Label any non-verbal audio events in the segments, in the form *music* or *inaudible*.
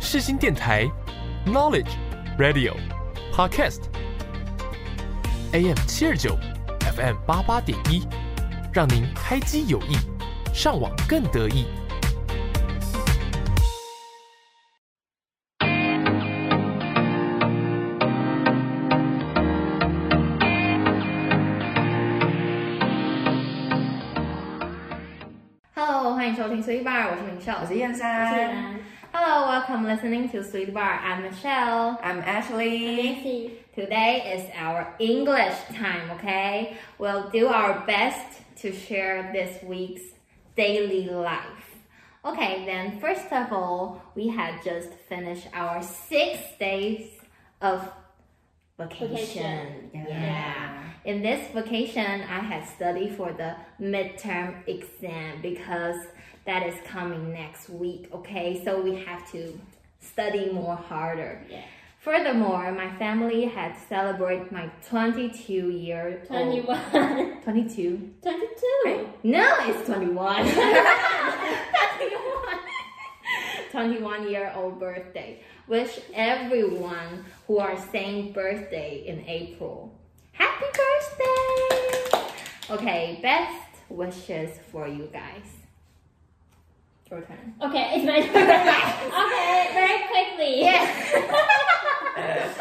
世新电台 Knowledge Radio Podcast AM 七二九 FM 八八点一，让您开机有益，上网更得意。 Hello，欢迎收听 Sweet Bar，我是明秀，我我是燕山是 Hello，welcome listening to Sweet Bar. I'm Michelle. ，I'm Ashley。 Nancy Today is our English time. Okay, we'll do our best to share this week's daily life. Okay, then first of all, we had just finished our six days of vacation. Vacation. yeah. In this vacation, I had studied for the midterm exam because that is coming next week, okay? So we have to study more harder. Yeah. Furthermore, my family had celebrated my 22 year twenty old. *laughs* one, 22. twenty two. No, it's *laughs* 21. 21. 21 year old birthday. Wish everyone who are saying birthday in April. Happy birthday! Okay, best wishes for you guys. Your turn. Okay, it's my turn. *laughs* okay, very quickly. Yes!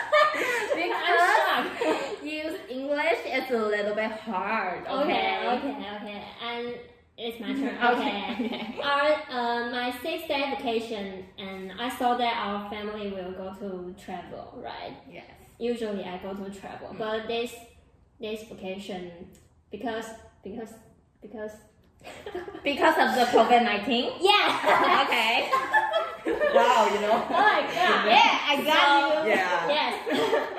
I'm shocked. Use English is a little bit hard. Okay, okay, okay. And it's my turn. Okay. *laughs* Our uh, my sixth day vacation, and I saw that our family will go to travel, right? Yes. Usually I go to travel, but this this vacation because because because *laughs* Because of the COVID 19? *laughs* yeah. okay. Wow, you oh know. *laughs* my god. Yeah, I got So- you. Yeah. Yes.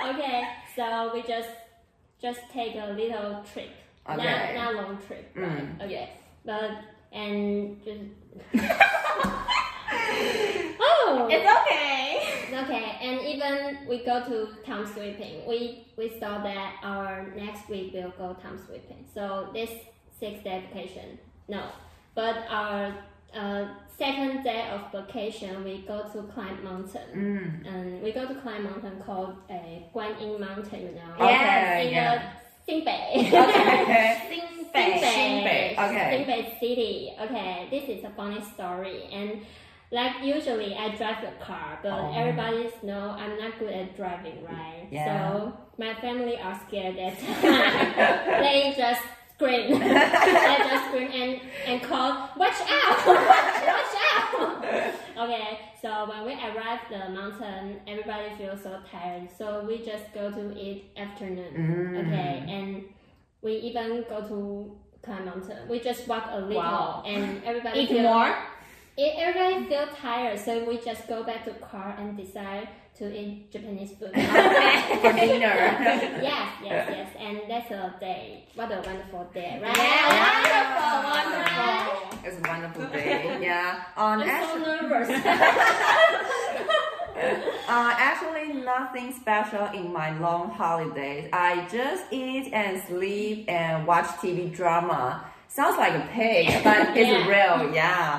*laughs* okay. So we just just take a little trip. Okay. Not not long trip. Right? Mm. Okay. But and *laughs* just *laughs* Oh It's okay. okay. And even we go to town sweeping. We we saw that our next week we'll go town sweeping. So this sixth day vacation. No. But our uh, second day of vacation we go to climb mountain. 嗯 And we go to climb mountain called uh, Guanyin Mountain, you know. Okay, Yes, in yeah. the Xinbei. *laughs* ，OK， Sing Xinbei, okay. Xinbei City. Okay, this is a funny story. And like usually I drive the car, but Oh. everybody know I'm not good at driving, right? Yeah. So my family are scared *laughs* that *laughs* time. they just scream. *laughs* they just scream and, and call, watch out! *laughs* watch out! Okay, so when we arrive the mountain, everybody feels so tired, so we just go to eat afternoon. Mm. Okay, and we even go to climb mountain. We just walk a little, Wow. and everybody Eat feel- more. it, everybody feel tired, so we just go back to car and decide to eat Japanese *laughs* food. for dinner。 yes, yes, yes, and that's a day. What a wonderful day, right? Yeah, wonderful, wonderful. *laughs* It's a wonderful day. Yeah. Um, I'm so actually, *laughs* nervous. uh, actually, nothing special in my long holidays. I just eat and sleep and watch TV drama. Sounds like a *laughs* pig, but it's Yeah. real. Yeah.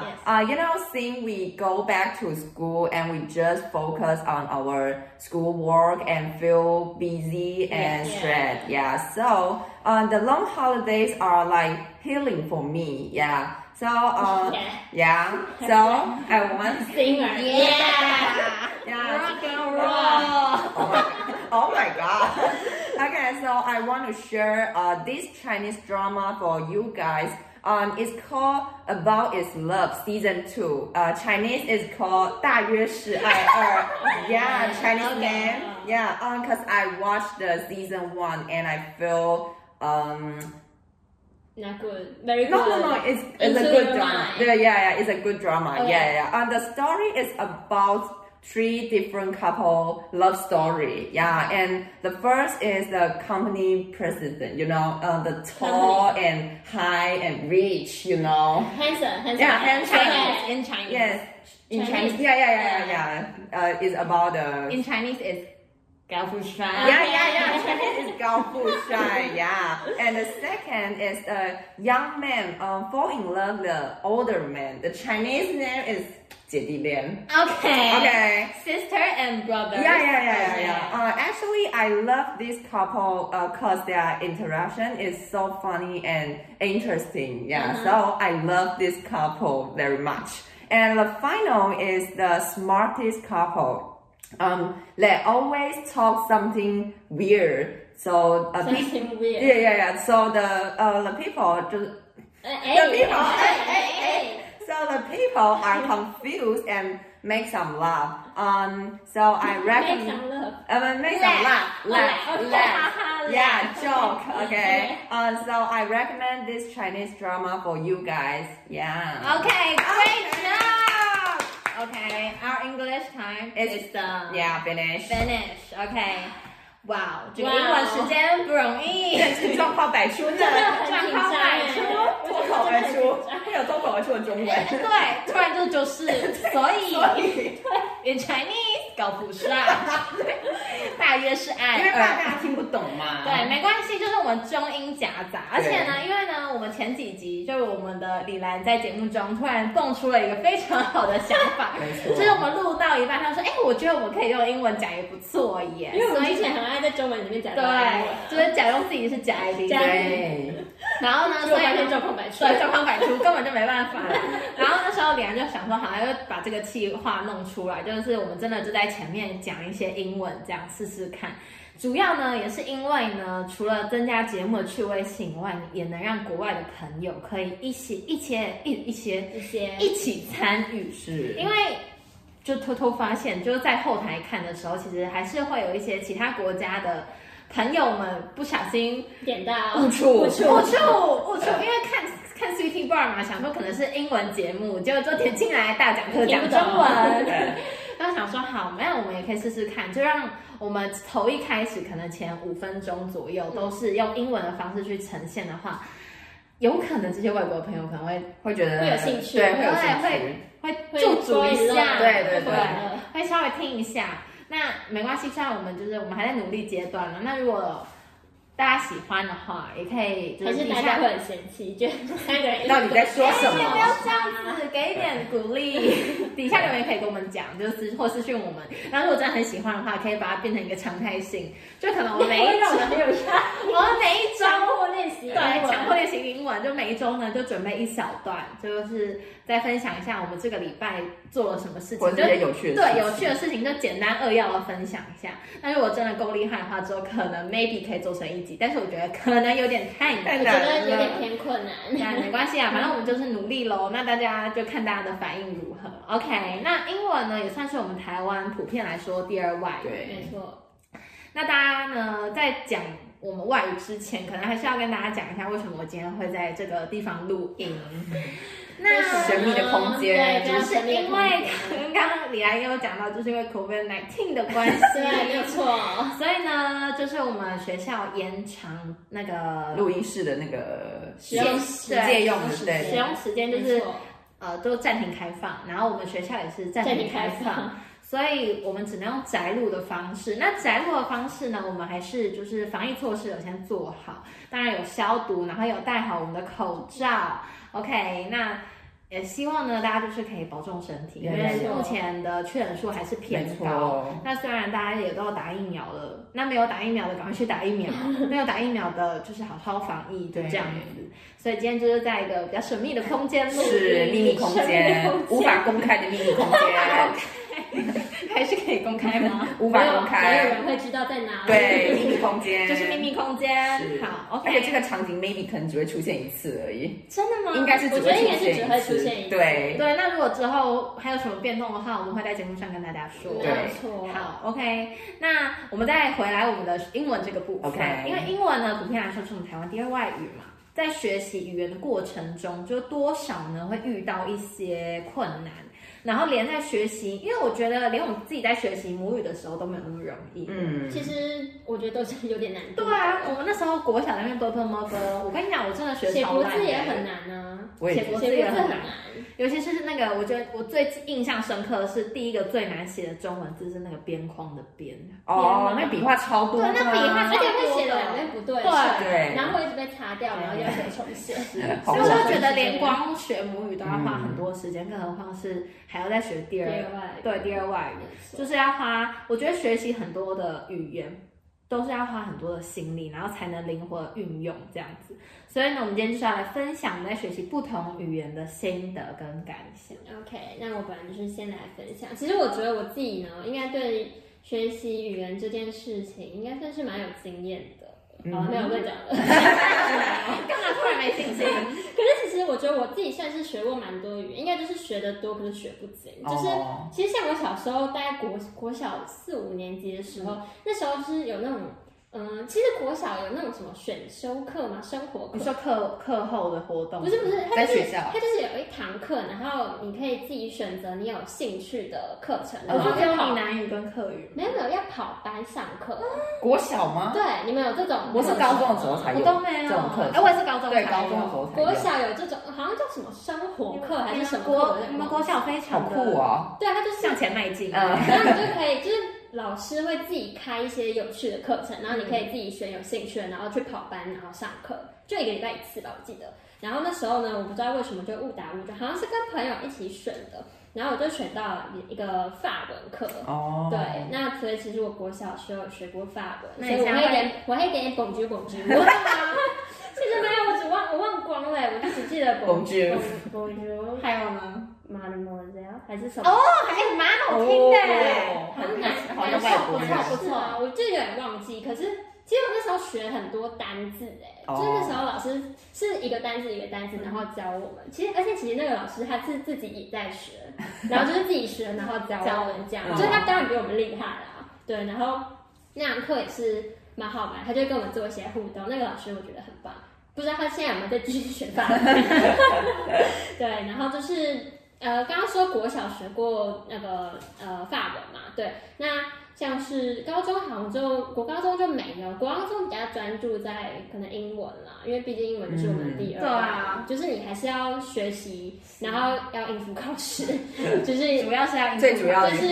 Yes. Uh, you know, since we go back to school and we just focus on our schoolwork and feel busy and Yeah. stressed. Yeah. So uh, the long holidays are like healing for me. Yeah. So uh, *laughs* Yeah. yeah. So *laughs* I want. Singer. Yeah. Yeah. Rock and roll. Oh my, oh my god. *laughs* Okay, so I want to share uh, this Chinese drama for you guys. Um, it's called About Is Love Season 2. Uh, Chinese is called *laughs* 大约是爱二. yeah, Chinese Okay. name. Yeah, um, cause I watched the season 1 and I feel um, Not good. Very good. no, no, no. It's, it's a Into good your drama. Oh. mind. Yeah, yeah, yeah. It's a good drama. Okay. Yeah, yeah. And the story is about three different couple love story. Yeah, and the first is the company president. You know, uh, the tall and high and rich. You *laughs* know. Handsome, handsome. Yeah, handsome. Okay. in Chinese. Yes. In Chinese. Chinese. Yeah, yeah, yeah, yeah. yeah. Uh, it's about the. In Chinese, it's 高富帅。 yeah, yeah, yeah. Chinese is Gao Fu Shai. Yeah. And the second is uh, a young man um, fall in love the older man. The Chinese name is 姐弟恋。 Okay. Okay. *laughs* Sister and brother. Yeah, yeah, yeah, yeah, yeah. Uh, actually, I love this couple uh, cause their interaction is so funny and interesting. Yeah, Mm-hmm. so I love this couple very much. And the final is the smartest couple. Um, they always talk something weird. So uh, peop- Something weird. Yeah, yeah, yeah. So the uh, the people just Uh, the hey, people, 哎 hey, eh, eh, eh. so the people *laughs* are confused and make some laugh. Um, so I Make recommend. some love. Uh, make some laugh, Laugh. laugh, Okay, laugh. haha, Yeah, laugh. joke. Okay. Okay. Um, so I recommend this Chinese drama for you guys. Yeah. Okay, great Okay. job. Okay, our English time It's- is done. Yeah, finish. *laughs* Finish. Okay. Wow，这个 Wow 英文时间不容易。 *laughs* 状况百出呢，真的很紧张状况百出，哎脱口而出，会有脱口而出的 *laughs* 中文。对，突然就就是，所以 in Chinese 搞不 *laughs* 上，大约是因为按大二。家听不懂嘛。对，嗯没关系，就是我们中英夹杂，而且呢，因为呢，我们前几集就是我们的李兰在节目中突然蹦出了一个非常好的想 *laughs* 法，没错就是我们录到一半，她说：“哎、我觉得我们可以用英文讲也不错耶。”因为我所们之以前很爱在中文里面讲中文对，就是假装自己是假 ID，假 ID 对。然后呢，结所果以发呢现状况百出。对，状况百出，根本就没办法。 *laughs* 然后那时候李安就想说，好像就把这个计划弄出来，就是我们真的就在前面讲一些英文，这样试试看。主要呢，也是因为呢，除了增加节目的趣味性以外，也能让国外的朋友可以一起、一起、一一些一些一起参与，是因为。就偷偷发现，就是在后台看的时候，其实还是会有一些其他国家的朋友们不小心点到嗯误触误误触触误触，哦因为看看 Sweetie Bar 嘛，想说可能是英文节目，结果就点进来大讲特讲听不中懂文，然后想说好，那我们也可以试试看，就让我们头一开始可能前五分钟左嗯右都是用英文的方式去呈现的话，有可能这些外国的朋友可能会会觉得会有兴趣对，会有兴对趣会。会会驻足一 spoil 下，了对对会 spoil 对了会稍微听一下。那没关系，虽然我们就是我们还在努力阶段了。那如果大家喜欢的话，也可以就还是底大下家会很嫌弃，觉得三个人到底在说什哎么不要这样子，给一点鼓励。底下留言可以跟我们讲，就是或私讯我们。然后如果真的很喜欢的话，可以把它变成一个常态性，就可能我每一会周让我，们很有压力。我们每一周。强迫练习英对，文强迫练习英文，就每一周呢就准备一小段，就是再分享一下我们这个礼拜做了什么事情，或者就这些有趣的事对情有趣的事情就简单扼要的分享一下。那如果真的够厉害的话，之后可能 maybe 可以做成一集，但是我觉得可能有点太难了。我觉得有点偏困 *laughs* 那难。没关系啊，反正我们就是努力 *laughs* 喽。那大家就看大家的反应如何。OK，那英文呢也算是我们台湾普遍来说第二外语。对 *laughs* 没，错，那大家呢在讲我们外语之前，可能还是要跟大家讲一下为什么我今天会在这个地方录 *laughs* 音。那神秘的空间对，就就是是因为刚刚李兰也有讲到，就是因为 COVID 1 9的关 *laughs* 系， *laughs* 对，没有错，所以呢，就是我们学校延长那个录音室的那个使用时时借间，用时间使对，用时间就没是错，呃都暂停开放，然后我们学校也是暂暂停停开开放放，所以我们只能用宅录的方式。那宅录的方式呢，我们还是就是防疫措施有先做好，当然有消毒，然后有戴好我们的口罩。OK，那。也希望呢，大家就是可以保重身体，因没为错目前的确诊数还是没偏高。错，那虽然大家也都打疫苗了，那没有打疫苗的赶快去打疫苗，没有打疫苗的就是好好防疫，就对这样子。所以今天就是在一个比较神秘的空间录是音秘密空间，无法公开的秘密空间， *laughs* 还是可以公开吗？无没法有公没有开，人会知道在哪里。对，秘密空 *laughs* 间，就是秘。密空间。是好而且这，OK，个场景 maybe 可能只会出现一次而已，真的吗？应该是只嗯我觉得应该是只会会出出现一现一次，次对，对。那如果之后还有什么变动的话，我们会在节目上跟大家说。没对有错，好，OK，那我们再回来我们的英文这个部分 OK 因为英文呢，普遍来说是我们台湾第二外语嘛，在学习语言的过程中，就多少呢会遇到一些困难，然后连在学习，因为我觉得连我们自己在学习母语的时候都没有那么容易，嗯，其实我觉得都是有点难度。对啊，我们那时候国小在那边啵啵摸啵，我跟你讲，我真的学写超国烂字也的很难啊，我也写觉国得字也很很难，尤其是那个，我觉得我最印象深刻的是第一个最难写的中文字是那个边框的边，哦，那笔画超多的啊，对那笔画而且会写的两边不对称，对然后会一直被擦掉，然后又要写重写。是好所以我恐就怖觉得连光学母语都要花很多时间，更何况是还要再学第二第二外语对第二外语，就是要花，我觉得学习很多的语言都是要花很多的心力，然后才能灵活地运用这样子。所以呢，我们今天就是要来分享我们在学习不同语言的心得跟感 *laughs* 想。 OK，那我本来就是先来分享。其实我觉得我自己呢，应该对学习语言这件事情，应该算是蛮有经验的。好了，没有我在讲了。干嘛突然没信心？可是其实我觉得我自己算是学过蛮多语言，应该就是学的多，可是学不精。就是、哦其实像我小时候，大概国国小四五年级的时候，那时候就是有那种，嗯、其实国小有那种什么选修课嘛，生活课你。说课课后的活动不是不是，它在就是学校它就是有一堂课，然后你可以自己选择你有兴趣的课程，哦然我后就只有要跑闽南语跟客语。没有没有要跑班上课，国小吗？对，你们有这种？啊我是高中的时候才有我都没有，这种课程哎，我也是高中对，才高中有的时候才有。国小有这种，好像叫什么生活课还是什么课哎国我有点你们忘国记小非常好的酷，哦！对，它就是向前迈进。哎 *laughs* 嗯然后你就可以，就是老师会自己开一些有趣的课程，然后你可以自己选有兴趣的，然后去跑班，然后上课，就一个礼拜一次吧，我记得。然后那时候呢，我不知道为什么就误打误撞，好像是跟朋友一起选的，然后我就选到了一个法文课。哦，对，那所以其实我国小时候有学过法文，那所你以我现会在一点，我会一点点 bonjour bonjour。其 *laughs* 实没有，我只忘我忘光了，我就只记得 Bonjour bonjour 还有呢？ mademoiselle 还是什么哦，还蛮好听的。哦很难，好难像受外国不人错。哎不错，啊我就有点忘记。可是其实我那时候学很多单字哎、哦就是那时候老师是一个单字一个单字，然后教我们。其实而且其实那个老师他是自己也在学，然后就是自己学，然后教我们这样，嗯就是他当然比我们厉害啦。对，然后那堂课也是蛮好玩，他就跟我们做一些互动。那个老师我觉得很棒，不知道他现在有没有在继续学法文对，然后就是呃，刚刚说国小学过那个呃法文嘛，对，那像是高中好像就国高中就没有，国高中比较专注在可能英文啦，因为毕竟英文是我们第二嗯对啊外语就是你还是要学习，然后要应付考 *laughs* 试，就是主要是要最主要的就是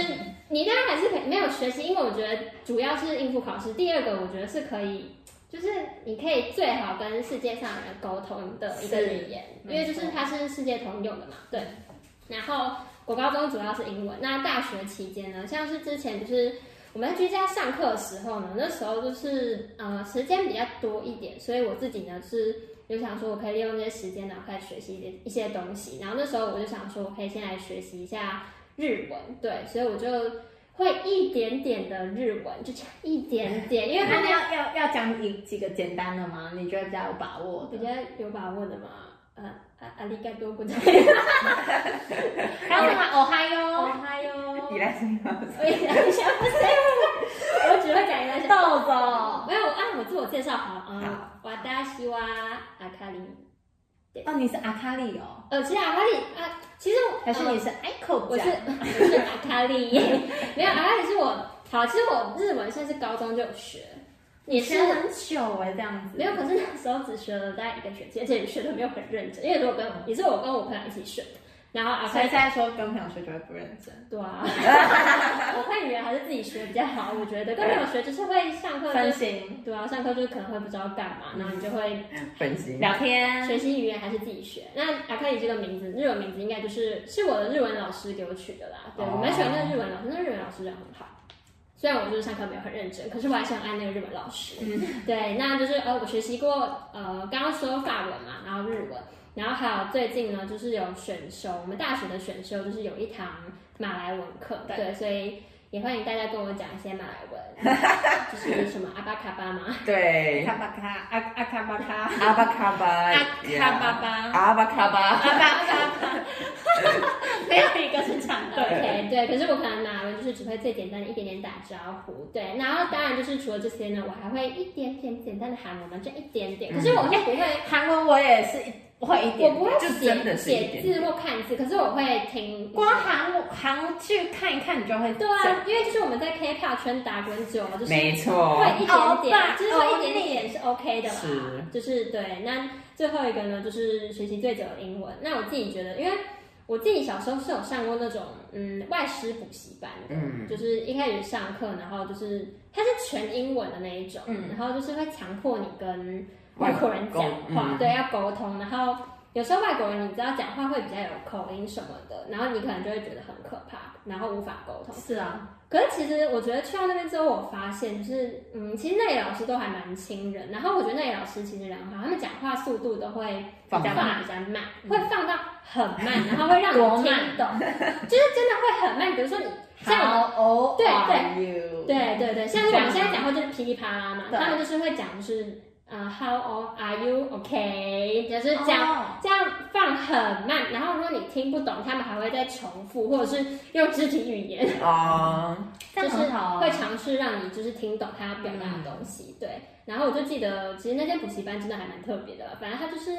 你当然还是可以没有学习英文，我觉得主要是应付考试。第二个，我觉得是可以，就是你可以最好跟世界上的人沟通的一个是语言，因没为就是错嗯它是世界通用的嘛。对。然后我高中主要是英文，那大学期间呢，像是之前就是呃我们在居家上课的时候呢，那时候就是呃时间比较多一点，所以我自己呢是就想说我可以利用这些时间，然后开始学习一些一些东西。然后那时候我就想说，我可以先来学习一下日文，对，所以我就会一点点的日文，就这样一点点，因为他那们你要要要讲几几个简单的吗？你觉得比较有把握比的？较有把握的嘛，呃，啊阿里嘎多古代，还有什么？哦嗨哦哟，嗨哟依，赖性吗？我也想一下，不是， *laughs* 我只会感觉到。豆哦豆。没有，我按我自我介绍好了。嗯好，瓦达西哇阿卡里，哦，你是阿卡丽哦，呃，其实阿卡里啊，其实我还是呃你是 Echo 我是 *laughs* 我是阿卡里，没有阿卡里是我好，其实我日文算是高中就有学，也是学很久哎，这样子。没有，可是那时候只学了大概一个学期，而且学的没有很认真，因为我跟也是我跟我朋友一起学的，然后阿所卡以里现在说跟朋友说就会不认真，对 *laughs* 啊，我看语言还是自己学比较好，我觉得跟朋友学就是会上课分就心、对啊，上课就可能会不知道干嘛，然后你就会分析。聊天，学习语言还是自己学。那阿卡里这个名字，日文名字应该就是是我的日文老师给我取的啦。对，哦我蛮喜欢那个日文老师，那日文老师人很好。虽然我就是上课没有很认真，可是我还是很爱那个日文老师。对，那就是呃，我学习过呃，刚刚说法文嘛，然后日文，然后还有最近呢，就是有选修，我们大学的选修就是有一堂马来文课，对对，所以也欢迎大家跟我讲一些马来文，就是什么阿巴卡巴嘛，对，卡巴卡，阿阿卡巴卡，阿巴卡巴，阿卡巴 yeah 巴，阿巴卡巴，阿巴卡巴，没有一个是常对。 OK，对，可是我可能马文就是只会最简单的一点点打招呼，对，然后当然就是除了这些呢，我还会一点点简单的韩文嘛，就一点嗯点，可是我就不会，韩文我也是一会一我点，不会就写真的是一写点字或看字，可是我会听。光韩文韩剧看一看，你就会对啊，因为就是我们在 K-pop 圈打滚久了，就是没错会，一点点，就是欧巴会一点点是 OK 的啦。是就是对。那最后一个呢，就是学习最久的英文。那我自己觉得，因为我自己小时候是有上过那种嗯外师补习班的，嗯就是一开始上课，然后就是它是全英文的那一种，嗯然后就是会强迫你跟外国人讲外国话，嗯对，要沟通，然后。有时候外国人你知道讲话会比较有口音什么的，然后你可能就会觉得很可怕，然后无法沟通。是啊，可是其实我觉得去到那边之后，我发现就是，嗯，其实那里老师都还蛮亲人，然后我觉得那里老师其实人很好，他们讲话速度都会比放较慢放得比较慢，会放到很慢， *laughs* 然后会让你听 *laughs* 懂，就是真的会很慢。比如说你像我， How old 对 are you？对对对，像是我们现在讲话就是噼里啪啦嘛，对他们就是会讲就是。呃、h o w old are you? OK，就是这样哦这样放很慢。然后如果你听不懂，他们还会再重复，或者是用肢体语言。啊，这就样是很好啊会尝试让你就是听懂他表达的东西。对，然后我就记得，其实那间补习班真的还蛮特别的啦。反正他就是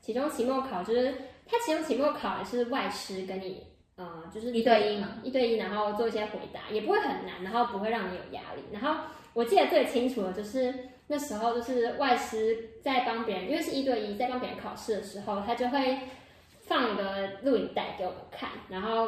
期中、期末考，就是他期中、期末考也是外师跟你，呃，就是一对一嘛，一对一，然后做一些回答，也不会很难，然后不会让你有压力。然后我记得最清楚的就是那时候，就是外师在帮别人，因为是一对一，在帮别人考试的时候，他就会放个录影带给我们看，然后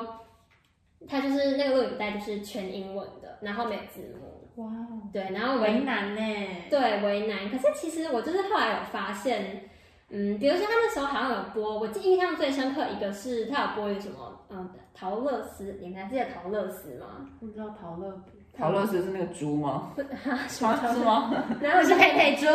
他就是那个录影带就是全英文的，然后没有字幕，哇哦，对，然后我为们难呢。对为难。可是其实我就是后来有发现，嗯，比如说他那时候好像有播，我记印象最深刻一个是他有播一个什么，嗯，陶乐斯，你们还记得陶乐斯吗？不知道陶乐，陶乐斯是那个猪吗？什啊是吗？然我后我是就佩佩猪，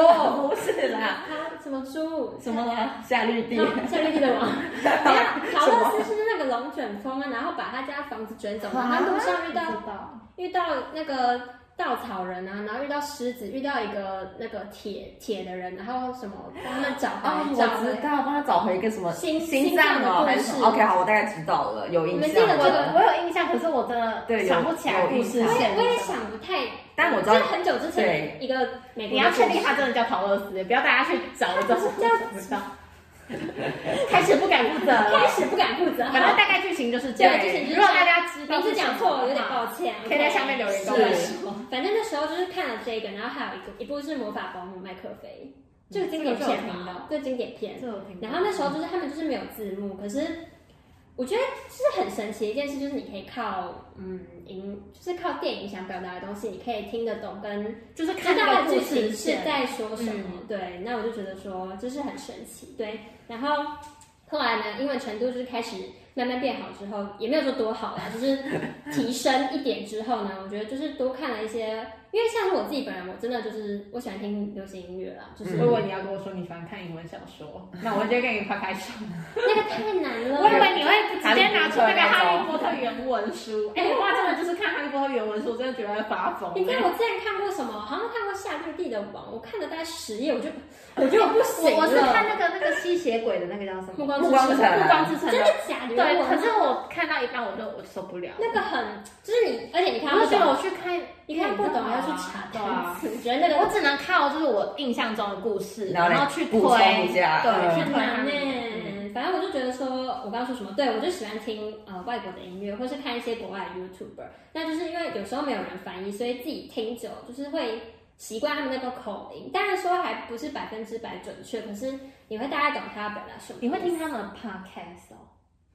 不是啦。他什么猪什么啦？夏绿蒂。夏绿蒂的王， *laughs* 没有陶乐斯是那个龙卷风啊，然后把他家房子卷走，然后他路上遇到啊不知道遇到那个稻草人啊，然后遇到狮子，遇到一个那个铁铁的人，然后什么帮他们找回、啊，找我回知。道，帮他找回一个什么心心脏心脏哦，的还是什故么事？OK，好，我大概知道了，有印你象们了。记得我有我有印象，可是我真的对有想不起来故事有印象线我也是什么。想不太，但我知道就是很久之前一个美你国的要故事确定他真的叫陶乐斯，不要大家去找了之后这样不知道。 *laughs* 开始不敢负责开了，始不敢负责， *laughs* 反正大概剧情就是这样。对剧情就是如果大家知道名是字什么的话，讲错了，有点抱歉。可以在下面留言跟我们是说。反正那时候就是看了这个，然后还有一个一部是《魔法保姆麦克菲》，嗯这个经典这个我片有听嘛到，这个经典片。这我听过然后那时候就是他们就是没有字幕，可是我觉得就是很神奇的一件事，就是你可以靠嗯影，就是靠电影想表达的东西，你可以听得懂跟就是知看道那的个剧故情事是线，嗯在说什么。对，那我就觉得说这是很神奇。对，然后后来呢，英文程度就是开始慢慢变好之后，也没有说多好啦，就是提升一点之后呢，我觉得就是多看了一些，因为像是我自己本人，我真的就是我喜欢听流行音乐啦，就是、我以为你要跟我说你喜欢看英文小说，那我就跟你拍拍手。那个太难了。 *laughs* 我以为你会直接拿出那个《哈利波特》原文书， *laughs* 哎、我真的就是看《哈利波特》原文书，真的觉得会发疯。欸你知道我之前看过什么？好像看过夏绿蒂的网，我看了大概十页，我就我觉得我不行了。我是看那个那个吸血鬼的那个叫什暮么？光暮光之之城，城暮光之城啊真的假的？对，我可是我看到一半我就我受不了。那个很，就是你，而且你看我不就觉得懂，我去看，你看不懂要去查对啊单词，你觉得那我个只能靠就是我印象中的故事，然后来然后去推，补充一下对，嗯去很推难它呢。嗯反正我就觉得说，我刚刚说什么？对我就喜欢听呃外国的音乐，或是看一些国外的 YouTuber。那就是因为有时候没有人翻译，所以自己听久就是会习惯他们那个口音。当然说还不是百分之百准确，可是你会大概懂他要表达什么。你会听他们的 podcast 哦，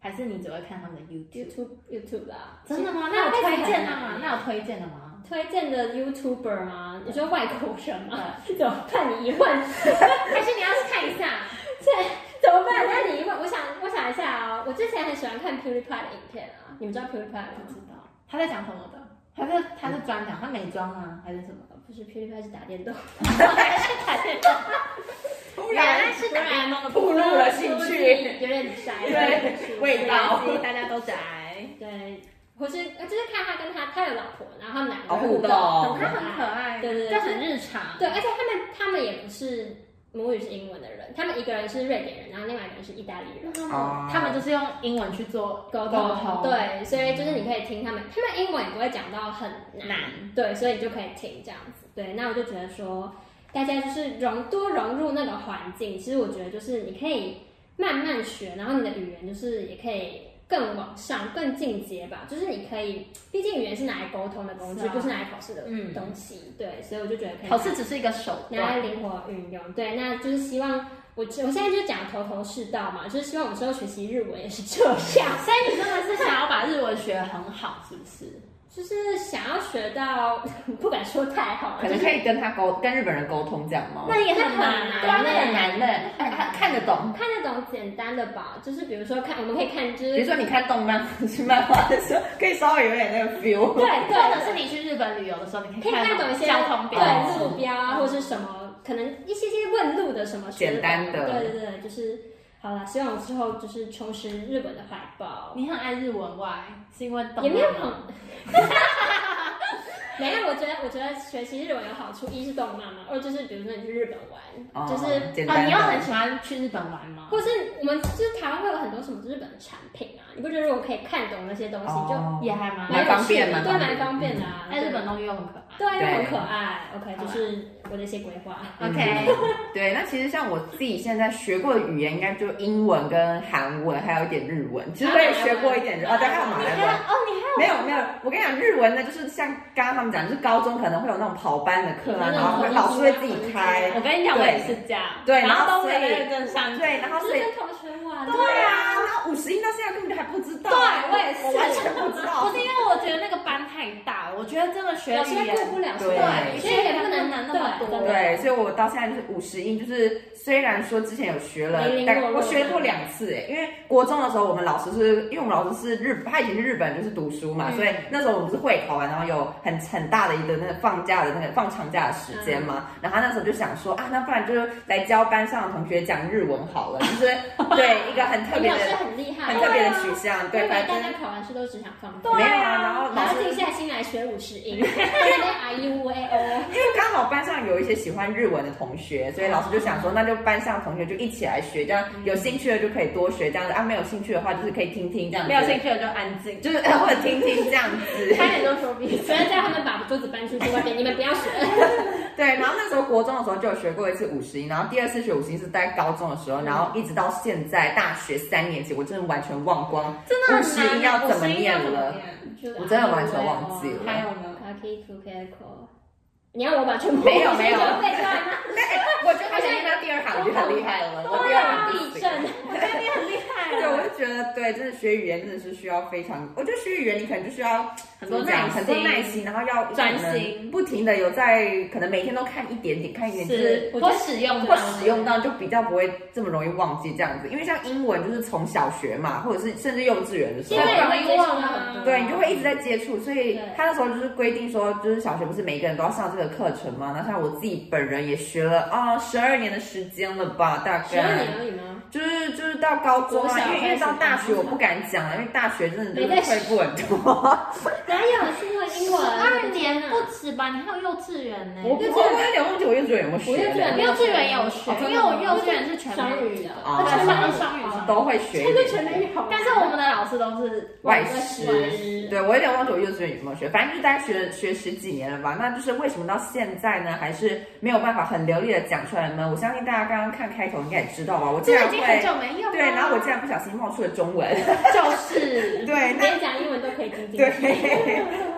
还是你只会看他们的 YouTube？ YouTube YouTube 啦？真的吗？其实那有推荐啊的？那我吗？那有推荐的吗？推荐的 YouTuber 吗？你说外国人吗？ *laughs* 怎么办？你一问，还是你要去看一 *laughs* 下？怎么办？那你一问，我想我想一下啊、我之前很喜欢看 PewDiePie 的影片啊，你们知道 PewDiePie 不嗯吗？知道他在讲什么的，他是他是专讲，他美妆啊还是什么？呃不是 PewDiePie 是打电 *laughs* 动， *laughs* 突原来是打电动的暴露了兴我自己趣，有点宅， *laughs* 对味道所以大家都宅，对，或是呃就是看他跟他他有老婆，然后他们两个哦互人动很可他很可爱，爱，对对对就很日常，对，而且他们他们也不是母语是英文的人，他们一个人是瑞典人，然后另外一个人是意大利人。啊他们就是用英文去做沟嗯沟通，通，，嗯对，所以就是你可以听他们，他们英文也不会讲到很难，对，所以你就可以听这样子。对，那我就觉得说，大家就是融多融入那个环境，其实我觉得就是你可以慢慢学，然后你的语言就是也可以更往上、更进阶吧。就是你可以，毕竟语言是拿来沟通的工具，是啊不是拿来考试的嗯东西。对，所以我就觉得可以考试只是一个手拿来段，灵活运用。对，那就是希望我我现在就讲头头是道嘛，就是希望我之后学习日文也是这样。所以你真的是想要把日文学很好，是不是？就是想要学到， *laughs* 不敢说太好，可就能是可以跟他沟跟日本人沟通这样吗？那也很难，对啊，那很难的，哎他看得懂。看得懂简单的吧，就是比如说看，我们可以看，就比如 *laughs* 是说你看动漫、去漫画的时候，可以稍微有点那个 feel。对对，或者是你去日本旅游的时候，你可可以以看懂一些交通标对志。路标啊，或者是什么，可能一些些问路的什么学简单的对对对，就是好了。希望我之后就是重拾日本的怀抱，你很爱日文外，是因为懂也没有吗很。 *laughs* 没有，我觉得我觉得学习日文有好处，一是动漫嘛，二就是比如说你去日本玩，哦就是简啊，单的。你又很喜欢去日本玩吗？或是我们就是台湾会有很多什么日本的产品啊，你不觉得如果可以看懂那些东西，哦就也还蛮蛮有方趣便蛮的，对，方便蛮方便的啊。嗯在日本东西又很可爱。对，又对很可爱。OK，好就吧是我的一些规划。嗯 OK， *laughs* 对，那其实像我自己现在学过的语言，应该就英文跟韩文，还有一点日文。其实我也学过一点日，哦，对，还有马来你还文。 *laughs* 有哦，你还有没有没有，我跟你讲，日文呢，就是像刚刚他们讲，就是高中可能会有那种跑班的课啊，然后会老师会自己开，我跟你讲，我也是这样。对然然后后都所以没有认真上。对，然后就所是以跟同学玩。对啊，然后五十音到现在根本就还不知道，对我也是我完全不知不 *laughs* 道是。因为我觉得那个班太大，我觉得真的学有语些言过不了，对对，所以也不能那么多对，所以我到现在就是五十音，就是虽然说之前有学了零零，落但落我学过两次哎，因为国中的时候我们老师是，因为我们老师是日，他以前是日本就是读书嘛，嗯所以那时候我们是会考啊完，然后有很很大的一个那个放假的那个放长假的时间嘛，嗯然后他那时候就想说啊，那不然就是来教班上的同学讲日文好了，就是对一个很特我们别啊老 *laughs* 师的很厉害，很特别的取向，对对，啊，反因正为大家考完试都只想放没有假，啊，然后然老后师静下心来学五十 *laughs* 音，那边 I U A O，因为刚好班上有一些喜欢日文的同学，所以老师就想说，那就班上同学就一起来学，这样有兴趣的就可以多学，这样子啊，没有兴趣的话就是可以听听这样子，没有兴趣的就安静，就是 *laughs* 或者听听这样子。 *laughs* 差点就说闭所以叫他们把桌子搬出去外面，你们不要学。对，然后那时候国中的时候就有学过一次五十音，然后第二次学五十音是在高中的时候，然后一直到现在大学三年级，我真的完全忘 *laughs* 光真五十音要怎么念了。我真的完全忘记了还有呢？ Kaki Kukeko，你要我把全部没 *laughs* 有没有背出来吗？哎我觉得他现在到第二行我就很厉害了，我对第啊，二地行。震，我觉得你很厉害啊对，我就觉得对，真的学语言真的是需要非常，我觉得学语言你可能就需要很多怎么耐讲很多心耐心，然后要专可能心不停的有在，可能每天都看一点点，看一点，就是是或我使用或啊使用到就比较不会这么容易忘记这样子。因为像英文就是从小学嘛，或者是甚至幼稚园的时候现。在也对会忘啊，对，你就会一直在接触，所以对他那时候就是规定说，就是小学不是每一个人都要上这个课程嘛？那像我自己本人也学了啊，十、二年的时间了吧，大概十二年而已吗？就是就是到高中国啊，小因为因开为始到大学吗我不敢讲了，因为大学真的就没在是退步 *laughs* 很多。哪有是因为英文？二年啊不止吧？你还有幼稚园呢。我不我我有点忘记我幼稚园有没有学，我幼稚园没幼稚园也有学哦，真的因为吗我幼稚园是全双语的，哦全双班语双语语双语，都会学这一个点。全班语好难，但是我们的老师都是外外师师，对我有点忘记我幼稚园有没有学，反正就是大概学学十几年了吧。那就是为什么到现在呢，还是没有办法很流利的讲出来呢？我相信大家刚刚看开头应该也知道吧，我这竟然已经很会久没用了。对，然后我竟然不小心冒出了中文，就是对，那连讲英文都可以听进对去。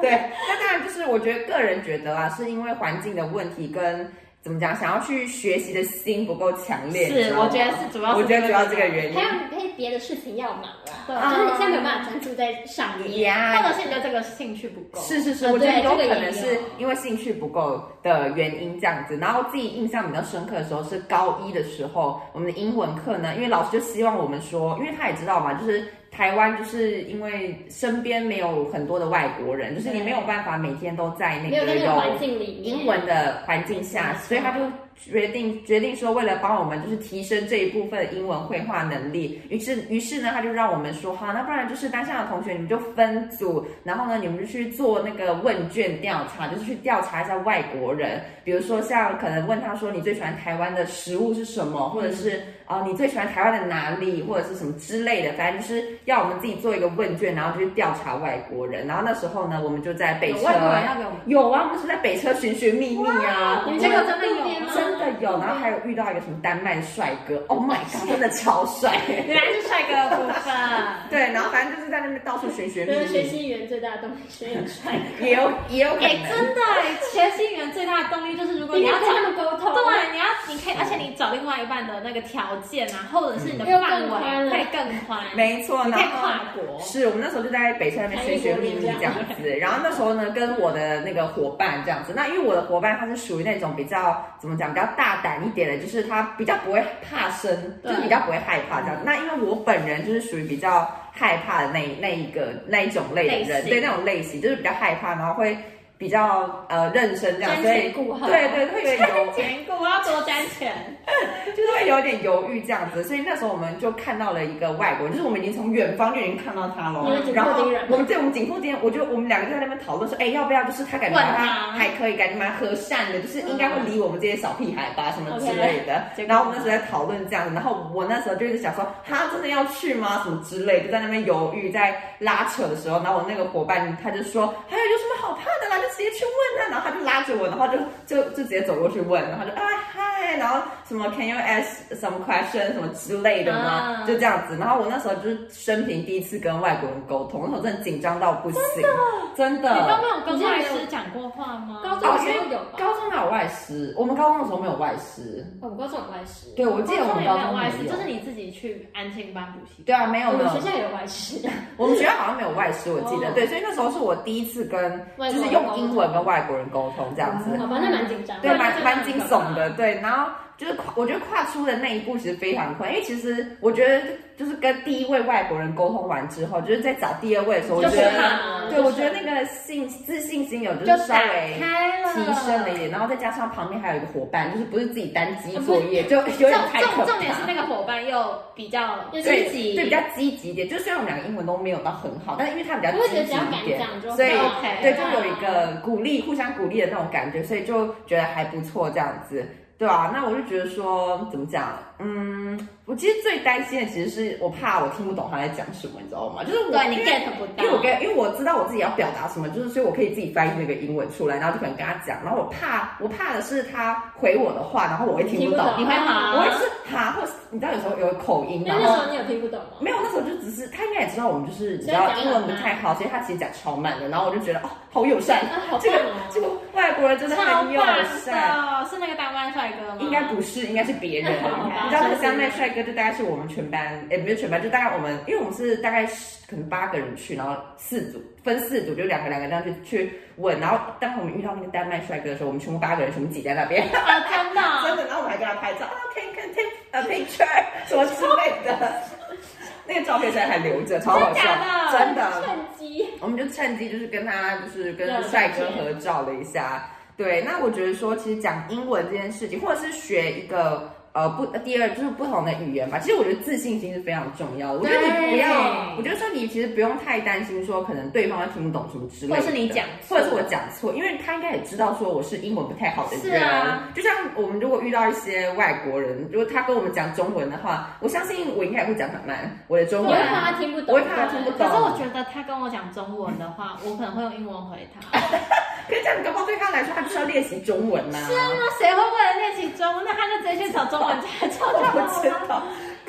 对，那当然就是我觉得个人觉得啦，是因为环境的问题跟怎么讲，想要去学习的心不够强烈。你知是，道吗我觉得是主要，我觉得主要这个原因还。有可以别的事情要忙啦，对啊就是你现在没有办法专注在上面。或呀，者是你的这个兴趣不够。是是是，呃我觉得对有这可个也能有是因为兴趣不够的原因这样子。然后自己印象比较深刻的时候是高一的时候，我们的英文课呢，因为老师就希望我们说，因为他也知道嘛，就是台湾就是因为身边没有很多的外国人，就是你没有办法每天都在那没有个在那个有环境里面，英文的环境下，所以他嗯就决定决定说，为了帮我们就是提升这一部分的英文绘画能力，于是于是呢，他就让我们说，好，那不然就是班上的同学你们就分组，然后呢，你们就去做那个问卷调查，就是去调查一下外国人，比如说像可能问他说你最喜欢台湾的食物是什么，或者是啊、你最喜欢台湾的哪里，或者是什么之类的，反正就是要我们自己做一个问卷，然后就去调查外国人，然后那时候呢，我们就在北有车。 *laughs* 外国人要给我们，有啊，我们是在北车寻寻觅觅啊，你你们这们这个个真的有吗真的有吗？真真的有，然后还有遇到一个什么丹麦的帅哥，Oh my *laughs* god，真的超帅。 *laughs* 原来是帅哥的部分。对，然后反正就是在那边到处学学觉得学秘密，习语言最大的动力是有帅哥，也有也有可哎、能。真的哎，学习语言最大的动力就是如果你你要要跟找他们沟通，对，你要你可以，而且你找另外一半的那个条件啊，或者是你的范围可以更宽，没错，你然可以后跨国。是我们那时候就在北川那边学学秘密这样子，然后那时候呢，跟我的那个伙伴这样子，那因为我的伙伴他是属于那种比较怎么讲，比较大胆一点的，就是他比较不会怕生，就对是比较不会害怕这样子。那因为我本人就是属于比较害怕的那一那一个那一种类类的人，型对那种类型，就是比较害怕，然后会比较呃认真这样，瞻所前以顾后对对，会有点犹兼顾，我要多瞻前。就是会有点犹豫这样子，所以那时候我们就看到了一个外国人，就是我们已经从远方就已经看到他了你们。紧然迫后盯人我们对我们紧迫盯人，我就我们两个就在那边讨论说，哎，要不哎要就是他感觉问他他还可以，感觉蛮和善的，就是应该会理我们这些小屁孩吧什么 OK 之类的结。果然后我们那时候在讨论这样子，然后我那时候就一直想说，他真的要去吗？什么之类的，就在那边犹豫，在拉扯的时候，然后我那个伙伴他就说，还有有什么好怕的啦，就直接去问啊。然后他就拉着我，然后就就就直接走过去问，然后就啊嗨，然后什么 Can you ask some question 什么之类的啊吗？就这样子。然后我那时候就是生平第一次跟外国人沟通，那时候真的紧张到不行，真的。你都没有跟外师讲过话吗？高中哦的，时因候为有吧？哦高中哪有外师？我们高中的时候没有外师。我们高中有外师，对，我记得我们也高没有中外师，没有就是你自己去安庆班补习。对啊，没有我没们有。学校也有外师，我们学校好像没有外师，我记得。哦对，所以那时候是我第一次跟，外就国人是用英文跟外国人沟通这样子。哦好吧，那蛮紧张的。对，那蛮真的蛮很惊可悚怕的，对。然 *laughs* 后就是跨，我觉得跨出的那一步其实非常困难，因为其实我觉得就是跟第一位外国人沟通完之后，就是在找第二位的时候，我就觉是得，怕对我觉得那个信自信心有就就是稍打微开了，提升了一点，然后再加上旁边还有一个伙伴，就是不是自己单机作业，就有点太呃重重可重点是怕。那个伙伴又比较又对积极对，比较积极一点。就虽然我们两个英文都没有到很好，但是因为他比较我会积觉得极只要敢一点讲就，哦啊所以 OK，对，就有一个鼓励，互相鼓励的那种感觉，所以就觉得还不错这样子，对啊，那我就觉得说，怎么讲？嗯，我其实最担心的其实是我怕我听不懂他在讲什么，你知道吗？就是我对啊你因为 get 不到因为我跟因为我知道我自己要表达什么，就是所以我可以自己翻译那个英文出来，然后就可能跟他讲。然后我怕我怕的是他回我的话，然后我会听不懂，听不懂你会啊我会是哈，或是你知道有时候有口音，因然为那后时候你有听不懂吗？没有，那时候就只是他应该也知道我们就是你知所以道讲英文不太好，所以他其实讲超慢的。然后我就觉得哦，好友善，啊好棒哦这个这个外国人真的超很棒友善。的，是那个大湾帅哥吗？应该不是，应该是别人。 *laughs* 好吧你知道那个丹麦帅哥就大概是我们全班，也不是全班，就大概我们，因为我们是大概十可能八个人去，然后四组分四组，就两个两个这样去去问。然后当我们遇到那个丹麦帅哥的时候，我们全部八个人全部挤在那边，啊，真真的，的，然后我们还跟他拍照啊，can can take a 呃 picture 什么之类 *laughs* 的。那个照片现在还留着，超好笑，真真的。趁机，我们就趁机就是跟他就是跟了解帅哥合照了一下。对，那我觉得说，其实讲英文这件事情，或者是学一个呃不，呃第二就是不同的语言吧。其实我觉得自信心是非常重要的。我觉得你不要对，我觉得说你其实不用太担心说可能对方会听不懂什么之类的，或者是你讲错或者是我讲错，因为他应该也知道说我是英文不太好的人。是啊就像我们如果遇到一些外国人，如果他跟我们讲中文的话，我相信我应该也会讲很慢我的中我文会。怕他听不懂，我会怕他听不懂可是我觉得他跟我讲中文的话，我可能会用英文回他。 *laughs* 可是这样，搞不好对他来说，他就是要练习中文呐、是啊，那谁会为了练习中文？那他就直接去找中文家教就我好不知了。道，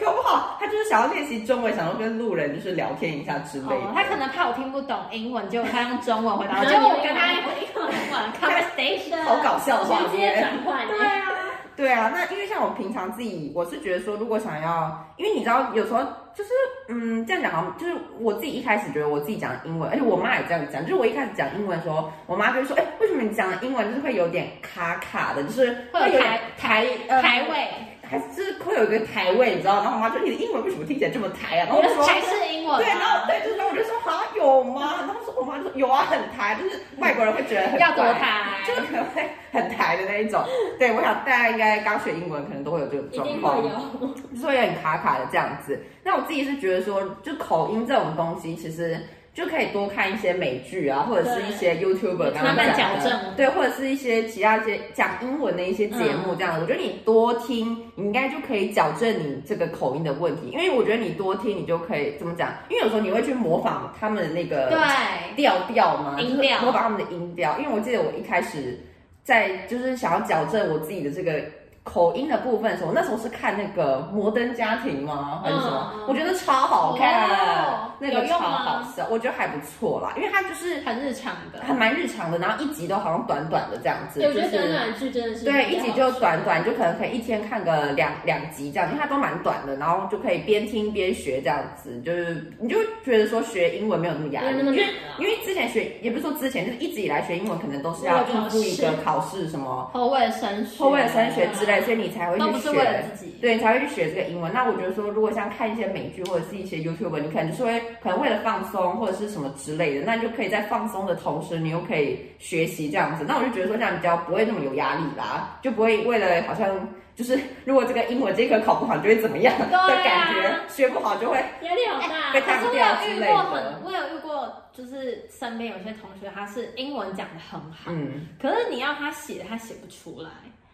搞不好他就是想要练习中文，想要跟路人就是聊天一下之类的哦，。他可能怕我听不懂英文，结果他用中文回答 *laughs* 我，然结后果你我跟他用英文 conversation。好搞笑的画直接面。转换，对啊，对啊。那因为像我平常自己，我是觉得说，如果想要，因为你知道，有时候就是，嗯，这样讲好像就是我自己一开始觉得我自己讲英文，而且我妈也这样讲，就是我一开始讲英文的时候，我妈就会说，哎、为什么你讲英文就是会有点卡卡的，就是会有点台台呃台位，还是会有一个台位，你知道？然后我妈说：“你的英文为什么听起来这么台啊？”然后我就说：“还是英文吗？对，然后对，就是我就说：“啊，有吗？”然后说我妈就说：“有啊，很台，就是外国人会觉得嗯很要多怪，台，就是可能会很台的那一种。”对，我想大家应该刚学英文可能都会有这种一状定况会，有。就是会有点卡卡的这样子。那我自己是觉得说，就口音这种东西，其实。就可以多看一些美剧啊，或者是一些 YouTuber 刚刚慢慢讲的矫正对，或者是一些其他一些讲英文的一些节嗯目这样。我觉得你多听，你应该就可以矫正你这个口音的问题，因为我觉得你多听，你就可以怎么讲？因为有时候你会去模仿他们的那个啊对，调调嘛，音就是调模仿他们的音调。因为我记得我一开始在就是想要矫正我自己的这个口音的部分的时候，那时候是看那个《摩登家庭》吗？还是什么？嗯我觉得超好看，哦那个有超用好吗笑，我觉得还不错啦，因为它就是很日常的。还蛮日常的，然后一集都好像短短的这样子，对，我觉就得是短短剧真的是对，比一较集好就吃短短，就可能可以一天看个两两集这样，因为它都蛮短的，然后就可以边听边学这样子，就是你就觉得说学英文没有那么压没力，有那因么为难啊因为之前学也不是说之前，就是一直以来学英文可能都是要为了应付一个考试啊考试什么后卫升学，后卫升学之类，所以你才会去都学，不是为了自己。对，你才会去学这个英文。那我觉得说，如果像看一些美剧或者是一些 YouTube，你可能就是会可能为了放松或者是什么之类的，那你就可以在放松的同时，你又可以学习这样子。那我就觉得说，这样比较不会那么有压力啦， *laughs* 就不会为了好像就是如果这个英文这一科考不好，你就会怎么样 *laughs* 的对啊感觉，学不好就会压力好大，被可他是我掉有之遇类过的很，。我有遇过，就是身边有些同学，他是英文讲的很好，嗯，可是你要他写，他写不出来，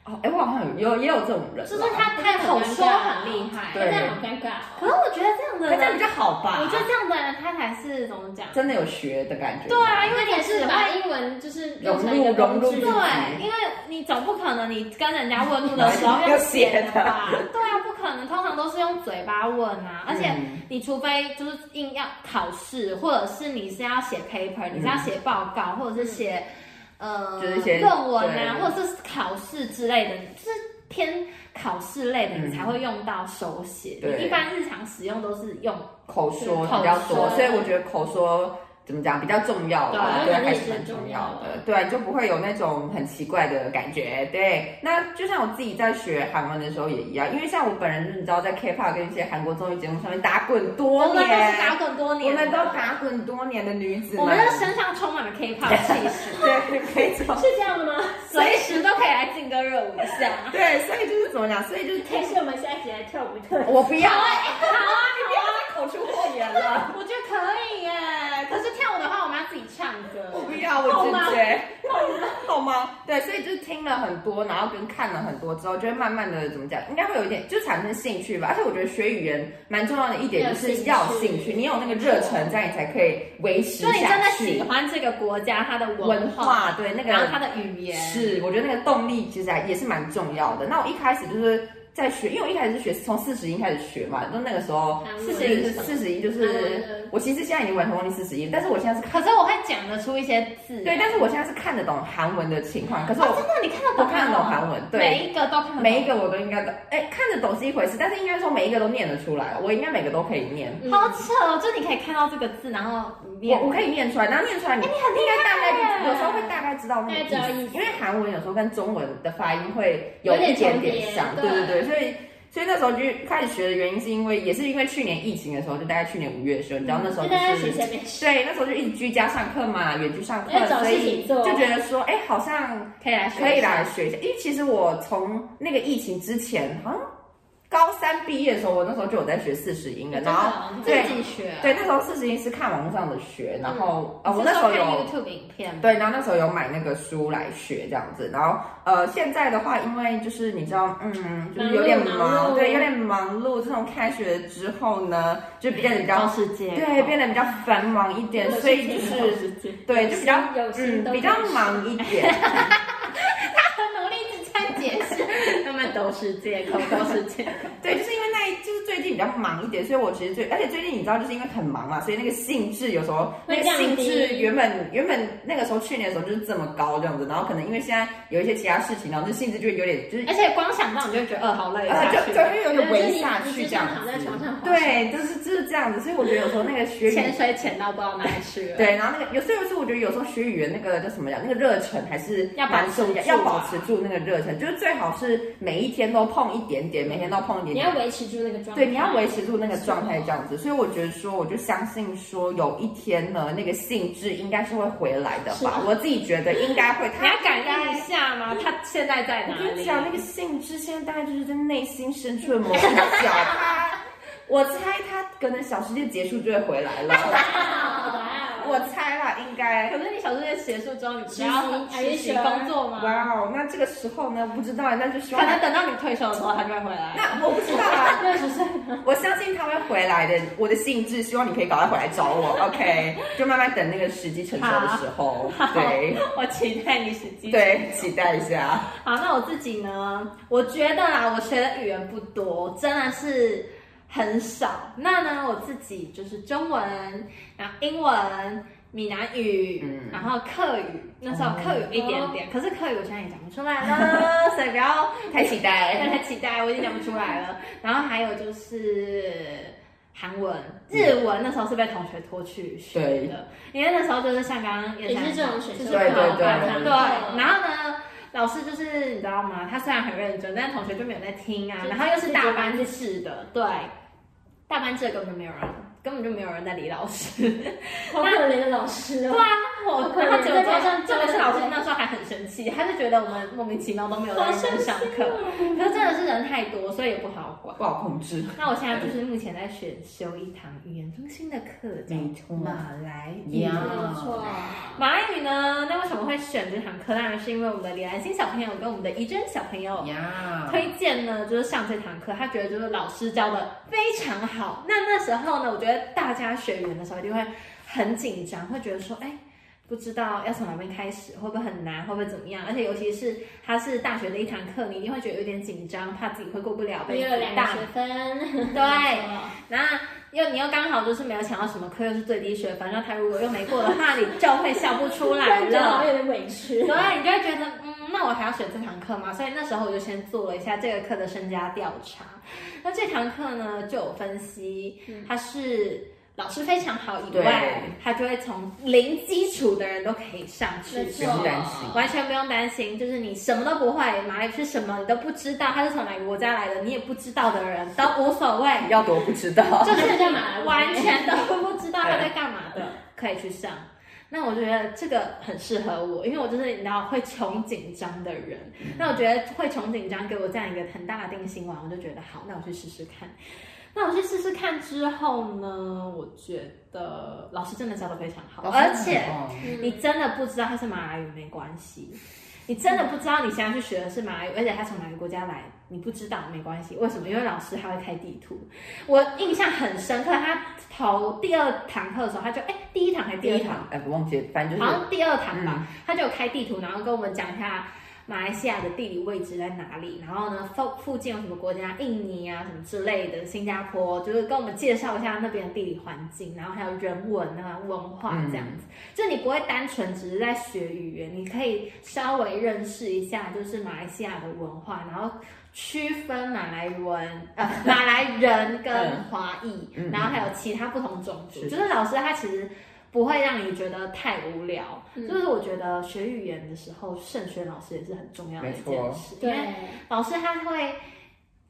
哦，哎，我好像有有也有这种人啦，就是他真的他很口尴说尬很厉害，那这对样好尴尬可哦。是我觉得这样的那这样人比，较好吧？我觉得这样的人他才是怎么讲？真的有学的感觉，对啊，因为那你也只是会把英文就是融用入成一个融工入具，自己对，因为你总不可能你跟人家问路的时候 *laughs* 要写的用吧？对啊，不可能，通常都是用嘴巴问啊，而且嗯你除非就是硬要考试，或者是你是要写 paper，你是要写报告，或者是写呃嗯就是写论文啊，对或者是考试之类的，就是偏考试类的，你才会用到手写。嗯对你一般日常使用都是用口说比较多，口说所以我觉得口说怎么讲比较重要吧，对，对我觉得还能力是是蛮重要重要的，对，啊就不会有那种很奇怪的感觉。对，那就像我自己在学韩文的时候也一样，因为像我本人，你知道在 K-pop 跟一些韩国综艺节目上面打滚多我们都年是，打滚多我年的，们都打滚多年的女子我们的身上充满了 K-pop 气息。对，没错。是这样的吗？随时都可以来劲歌热舞一下。对，所以就是怎么讲，*laughs* 所以就是还是我们下一集来跳舞的？我不要，好啊，你不要再口出 *laughs* 祸言了，我觉得可以耶，可是跳舞的话，我们要自己唱我歌。不要，我拒绝。好吗？对，所以就是听了很多，然后跟看了很多之后，就会慢慢的怎么讲，应该会有一点就产生兴趣吧。而且我觉得学语言蛮重要的一点就是要有兴趣，你有那个热忱在，你才可以维持就你真的下喜去。欢这个国家，它的文文化，化对那然后个它的语言，是，我觉得那个动力其实还也是蛮重要的。那我一开始就是在学，因为我一开始是学从四十音开始学嘛，就那个时候韩文四十音是四十音就是韩文的我其实现在已经完全忘记四十音，但是我现在是可看是我会讲得出一些字。对，但是我现在是看得懂韩文啊的情况，可是哦，我真的，你看得我懂？看得懂韩文，对，每一个都看得懂。每一个我都应该都，哎，看得懂是一回事，但是应该说每一个都念得出来，我应该每个都可以念，好扯哦！就你可以看到这个字，然后你我我可以念出来，然后念出来你，哎你很厉应该大概害耶有时候会大概知道那大概个知道意意思，思因为韩文有时候跟中文的发音会有一点点重叠点像，对对对对，所以。所以那时候就开始学的原因，是因为也是因为去年疫情的时候，就大概去年五月的时候，你知道那时候就就大家是学前面试，对，那时候就一直居家上课嘛，远距上课要，找所事以情做就觉得说，哎，好像可以来学，可以来。学一下，因为其实我从那个疫情之前，好像高三毕业的时候，我那时候就有在学四十音了，然后自对己学。对，那时候四十音是看网络上的学，然后啊、嗯你我是那时候说看有。 YouTube 影片吗，对，然后那时候有买那个书来学这样子，然后呃，现在的话，因为就是你知道，嗯，就是有点忙碌忙忙，碌对，有点忙碌。自从开学之后呢，就变得比较高世界，对，变得比较繁忙一点，所以就是对，就比较有心嗯都比较可以忙一点。很努力一直在解释， *laughs* 他们都是借口，都是借口。对，就是因为那一就是最近比较忙一点，所以我其实最，而且最近你知道，就是因为很忙嘛，所以那个兴致有时候那会个降兴低致原本原本那个时候去年的时候就是这么高这样子，然后可能因为现在有一些其他事情，然后这兴致就会有点就是而且光想到你就会觉得，呃，好累，呃下就去就会有对点就是围你下你去只这想样躺在子床上滑手机对，就是就是这样子，所以我觉得有时候那个学语潜水潜到不知道哪里去了。对，然后那个有，所以我觉得有时候学语言那个叫什么呀？那个热忱还是要蛮保持重要，住要保啊持住那个热忱，就是最好是每一天都碰一点点，每天都碰一点你点要。维持住那个状态。对，你要维持住那个状态这样子，所以我觉得说，我就相信说，有一天呢，那个兴致应该是会回来的是吧啊。我自己觉得应该会。你要感应一下吗？他现在在我哪跟你里？讲，那个兴致现在大概就是在内心深处的某一个角， *laughs* 他我猜他可能小世界结束就会回来了。 *laughs* 哇哦。哇哦我猜啦，应该可是你小时候在学术中，你不实要还是实习学哎工作吗？哇哦，那这个时候呢，不知道，那就希可望能等到你退休的时候，他就会回来。那我不知道啊，六十岁，我相信他会回来的。我的兴致，希望你可以赶快回来找我，OK？就慢慢等那个时机成熟的时候，对我期待你实际。对，期待一下。好，那我自己呢？我觉得啦，我学的语言不多，真的是很少。那呢，我自己就是中文，然后英文、闽南语，嗯然后客语。那时候客语一点点，可是客语我现在也讲不出来了，所以不要太期待。太期待，我已经讲不出来了。然后还有就是韩文、日文，那时候是被同学拖去学的，因为那时候就是像刚刚也是这种选就修是课，嗯对对对对对，然后呢，老师就是你知道吗？他虽然很认真，但同学就没有在听啊。就是然后又是大班制的，对，大班制根本没有人，根本就没有人在理老师。 *laughs* 好可怜的老师对哦。啊，我好可怜然后结果再加上这个是周老末师那时候还很生气，他就觉得我们莫名其妙都没有在好认真生气哦上课，可是真的是人太多，所以也不好管。不好控制。那我现在就是目前在选修一堂语言中心的课，叫没错马来语。呀没错，马来语呢？那为什么会选这堂课？当然是因为我们的李兰心小朋友跟我们的怡珍小朋友呀推荐呢，就是上这堂课，他觉得就是老师教的非常好。那那时候呢，我觉得大家学语言的时候一定会很紧张，会觉得说，哎。不知道要从哪边开始，会不会很难，会不会怎么样？而且尤其是它是大学的一堂课，你一定会觉得有点紧张，怕自己会过不了，你被有两大个学分，对，那又你又刚好就是没有抢到什么课，又是最低学分，那他如果又没过的话，你就会笑不出来觉得好了像。有点委屈对，。你就会觉得，嗯，那我还要选这堂课吗？所以那时候我就先做了一下这个课的身家调查。那这堂课呢，就有分析，它是老师非常好以外对，它就会从零基础的人都可以上去没学错，不用担心完全不用担心，就是你什么都不会，马来语是什么你都不知道，他是从哪个国家来的，你也不知道的人都无所谓，要多不知道。就是干嘛完全都不知道他在干嘛的， *laughs* 可以去上。那我觉得这个很适合我，因为我就是你知道会穷紧张的人。那我觉得会穷紧张给我这样一个很大的定心丸，我就觉得好，那我去试试看。那我去试试看之后呢，我觉得老师真的教的非常好，而且嗯你真的不知道他是马来语没关系，你真的不知道你现在去学的是马来语，而且他从哪个国家来，你不知道没关系。为什么？因为老师他会开地图。我印象很深刻，他头第二堂课的时候，他就哎、第一堂还是第第二一堂，堂，哎，不忘记，反正就好是嗯像第二堂吧，他就有开地图，然后跟我们讲一下马来西亚的地理位置在哪里，然后呢附附近有什么国家，印尼啊什么之类的，新加坡，就是跟我们介绍一下那边的地理环境，然后还有人文啊文化这样子，嗯就你不会单纯只是在学语言，你可以稍微认识一下就是马来西亚的文化，然后。区分马来文、呃、马来人跟嗯华裔，嗯然后还有其他不同种族，是就是老师他其实不会让你觉得太无聊。嗯就是我觉得学语言的时候，慎选老师也是很重要的一件事，因对为，老师他会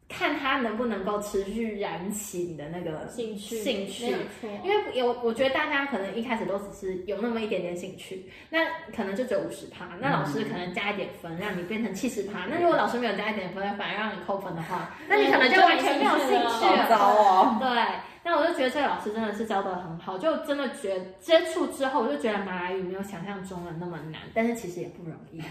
看他能不能够持续燃起你的那个兴趣兴趣没有错，因为有，我觉得大家可能一开始都只是有那么一点点兴趣，那可能就只有五十趴，那老师嗯可能加一点分，让你变成七十趴。那如果老师没有加一点分，反而让你扣分的话，嗯那你可能就完全没有兴趣好了。糟哦。对，那我就觉得这个老师真的是教的很好，就真的觉接触之后，我就觉得马来语没有想象中的那么难，但是其实也不容 *laughs* 易。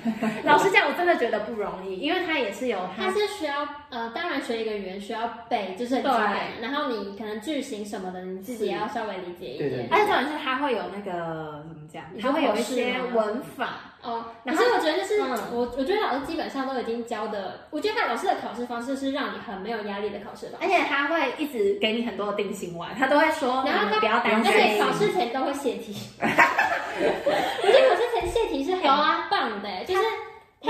老实讲，我真的觉得不容易，因为他也是有它他是需要呃，当然学一个语言需要背，就是很基本，然后你可能句型什么的，你自己要稍微理解一对对。点而且重点是他会有那个怎么讲，他会有一些文法，哦，可然后是我觉得就是、嗯我，我觉得老师基本上都已经教的，我觉得他老师的考试方式是让你很没有压力的考试方而式。且他会一直给你很多的定心丸，他都会说，然后你他们不要担而且心。考试前都会泄 *laughs* 题，我觉得考试前泄题是很有啊棒的、就是他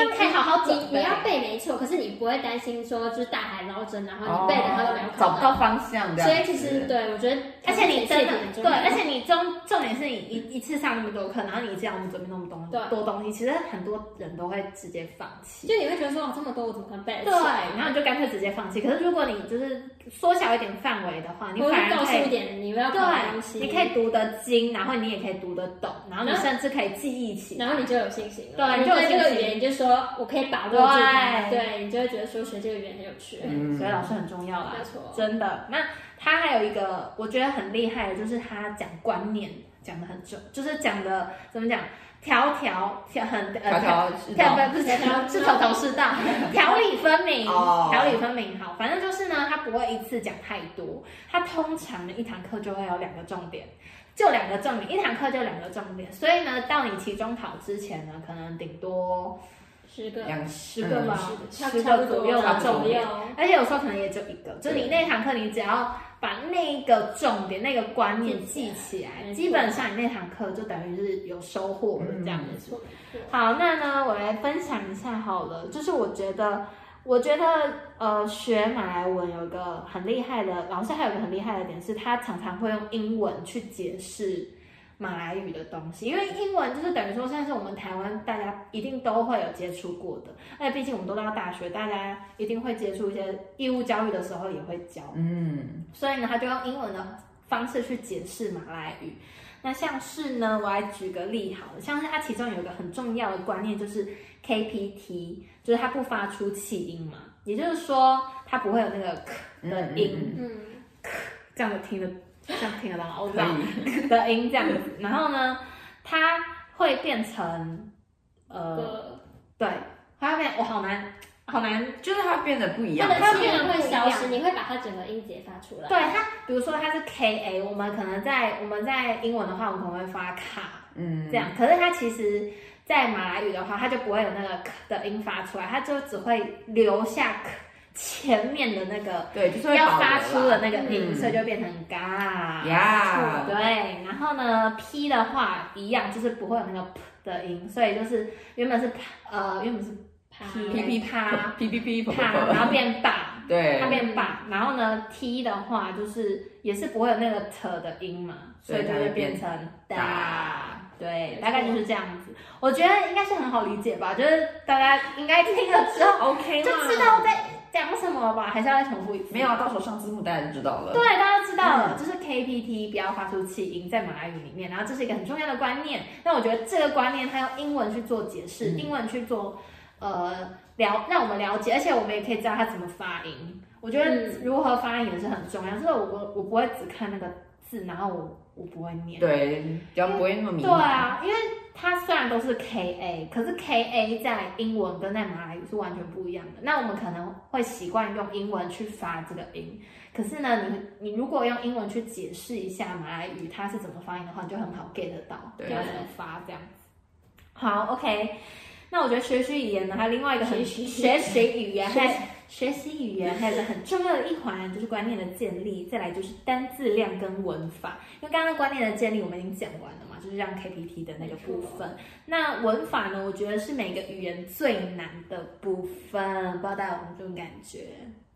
你他可以好好准你备你要背没错，可是你不会担心说就是大海捞针，然后你背的他都没有考找哦到不到方向，这样所子以其实对我觉得，而且你真的对，而且且你重重点是你一一次上那么多课，然后你一次要我们准备那么多对多东西，其实很多人都会直接放弃。就你会觉得说，哇，哦这么多我怎么可能背得对，起？啊然后你就干脆直接放弃。可是如果你就是缩小一点范围的话，你我反会而告可诉一以点你要考的东西，对，你可以读得精，然后你也可以读得懂，然后你然后甚至可以记忆起来。然后你就有信心了。对你就有对这信个心语言，你就说我可以把握住它，对对你就会觉得说学这个语言很有趣。嗯所以老师很重要啦没错，真的。那他还有一个我觉得很厉害的，就是他讲观念，讲的很准，就是讲的怎么讲，条条条很条呃条是条道。不不是条条是头头是道， *laughs* 条理分明，哦条理分明。好，反正就是呢，他不会一次讲太多，他通常呢一堂课就会有两个重点，就两个重点，一堂课就两个重点，所以呢，到你期中考之前呢，可能顶多十个，两十个吧，差十差个不多左右差的不重多点。而且有时候可能也只有一个，就是你对那堂课你只要把那个重点、那个观念记起来，没错嗯基本上你那堂课就等于是有收获了这样没子。错，没错好，那呢，我来分享一下好了，就是我觉得，我觉得呃，学马来文有一个很厉害的老师，还有一个很厉害的点是，他常常会用英文去解释。马来语的东西，因为英文就是等于说，像是我们台湾大家一定都会有接触过的，而且毕竟我们都到大学，大家一定会接触一些义务教育的时候也会教，嗯，所以呢，他就用英文的方式去解释马来语。那像是呢，我来举个例好了，像是它其中有一个很重要的观念就是 KPT，就是它不发出气音嘛，也就是说它不会有那个 k 的音，嗯嗯嗯，这样子听得这样听得到吗，我不知可道以，的音这样子。然后呢，它会变成呃，个对，它会变我好难好难就是它变得不一样它。的它气变得不会一消样失，你会把它整个音节发出来。对它，比如说它是 K A，我们可能在我们在英文的话，我们可能会发卡嗯，这样，可是它其实，在马来语的话，它就不会有那个 k 的音发出来，它就只会留下 k 前面的那个对，就是会要保留发出的啦那个音，嗯所以就变成嘎。呀，对，然后呢，p 的话一样，就是不会有那个 p 的音，所以就是原本是啪呃原本是啪 p P P 啊啪 P P P 啪，然后变吧。对它，变把，然后呢，t 的话就是也是不会有那个 t 的音嘛，所所以以就它会会变变成哒哒。对，没大概就错是这样子。我觉得应该是很好理解吧，就是大家应该听了之 *laughs* 后 OK 就啦知道在讲什么了吧，还是要再重复一次。没有，到时候上字幕大家就知道了。嗯对，大家知道了，就是 KPT 不要发出气音，在马来语里面，然后这是一个很重要的观念。那我觉得这个观念，它用英文去做解释，嗯英文去做呃了，让我们了解，而且我们也可以知道它怎么发音。我觉得嗯如何发音也是很重要，就是我我我不会只看那个字，然后我我不会念。对，比较不会那么迷对啊，因为它虽然都是 K A，可是 K A 在英文跟在马来语是完全不一样的。那我们可能会习惯用英文去发这个音，可是呢，你你如果用英文去解释一下马来语它是怎么发音的话，你就很好 get 得到对要怎么发这样子。好，OK。那我觉得学习语言呢，还有另外一个很学习学习语言，学还有学习语言还有一个很重要的一环就是观念的建立，再来就是单字量跟文法。因为刚刚观念的建立我们已经讲完了嘛，就是让 KPT 的那个部分。那文法呢，我觉得是每个语言最难的部分，不知道大家有没有这种感觉？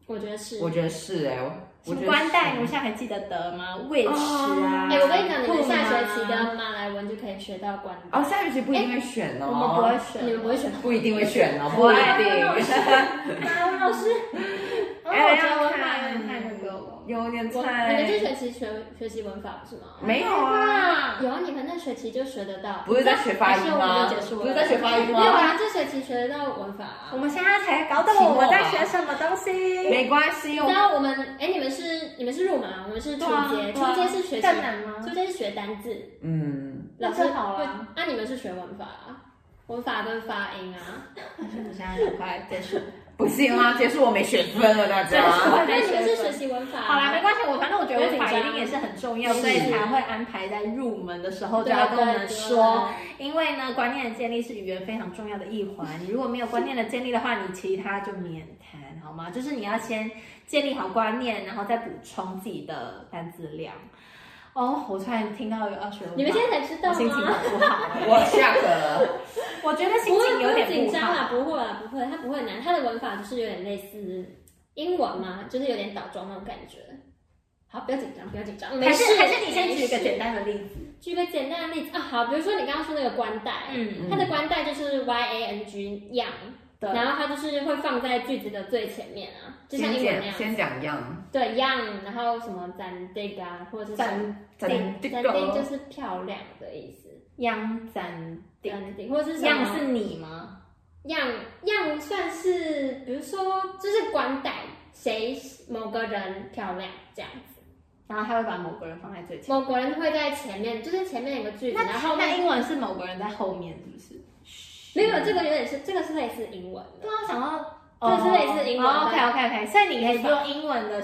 我觉得是。我觉得是哎，什我么觉得关代奴是现在还记得得吗？which 啊，哎，我跟你讲，你们不下学期吗的马来文就可以学到关哦，下学期不一定会选哦，我们不会选，你们不会选不一定会选哦，不不会一定，马文老师，哦哎我觉得要文法有看点太那个了。有点我你们这菜，学期学学习文法不是吗？没有啊，有啊，你们那学期就学得到。不是在学发音吗？啊还是我们就结束了不是在学发音没有吗？啊，这学期学得到文法啊我。们现在才搞懂期末我在吧学什么东西。没关系，你我知道我们哎，你们是你们是入门啊，我们是初阶，初啊阶是学习，更难吗初？阶是学单字，嗯，那老就师好啊会了。那你们是学文法啊？文法跟发音啊？我现在很快结束。不行啊，结束我没学分了，大对家。 *laughs* 还那没你们学是分学习文法啊？ *laughs* 好啦，没关系，我反正我觉得不要紧法一定张也是很重要，是所以才会安排在入门的时候就对要跟我们对对啊说。因为呢，观念的建立是语言非常重要的一环。你如果没有观念的建立的话，你其他就免谈，好吗？就是你要先建立好观念，然后再补充自己的单词量。哦，我突然听到有要学文法，你们现在才知道啊我心情吗？很不好，我下课了，我觉得心不会情不有会点紧张好。啦，不会啦，不会，它不会难，它的文法就是有点类似英文嘛，就是有点倒装那种感觉。好，不要紧张，不要紧张，没还事。是还是你先举一个简单，单的例子，举个简单的例子啊，好，比如说你刚刚说那个冠带，嗯它的冠带就是 y a n g 样，对然后它就是会放在句子的最前面啊，就像先英文那讲样，先讲样，对样，然后什么展 d 啊，或者是展展咱展这 d 个就是漂亮的意思，央展定，展 d 或者是什么样是你吗？样样算是，比如说，就是官代谁某个人漂亮这样子，然后他会把某个人放在最前面。某国人会在前面，就是前面有个句子，然那后后那面英文是某个人在后面，是不是？没有没有这个有点是这个是类似英文的，对啊，想到哦这是类似英文的 OK OK OK，所以你可以用英文的。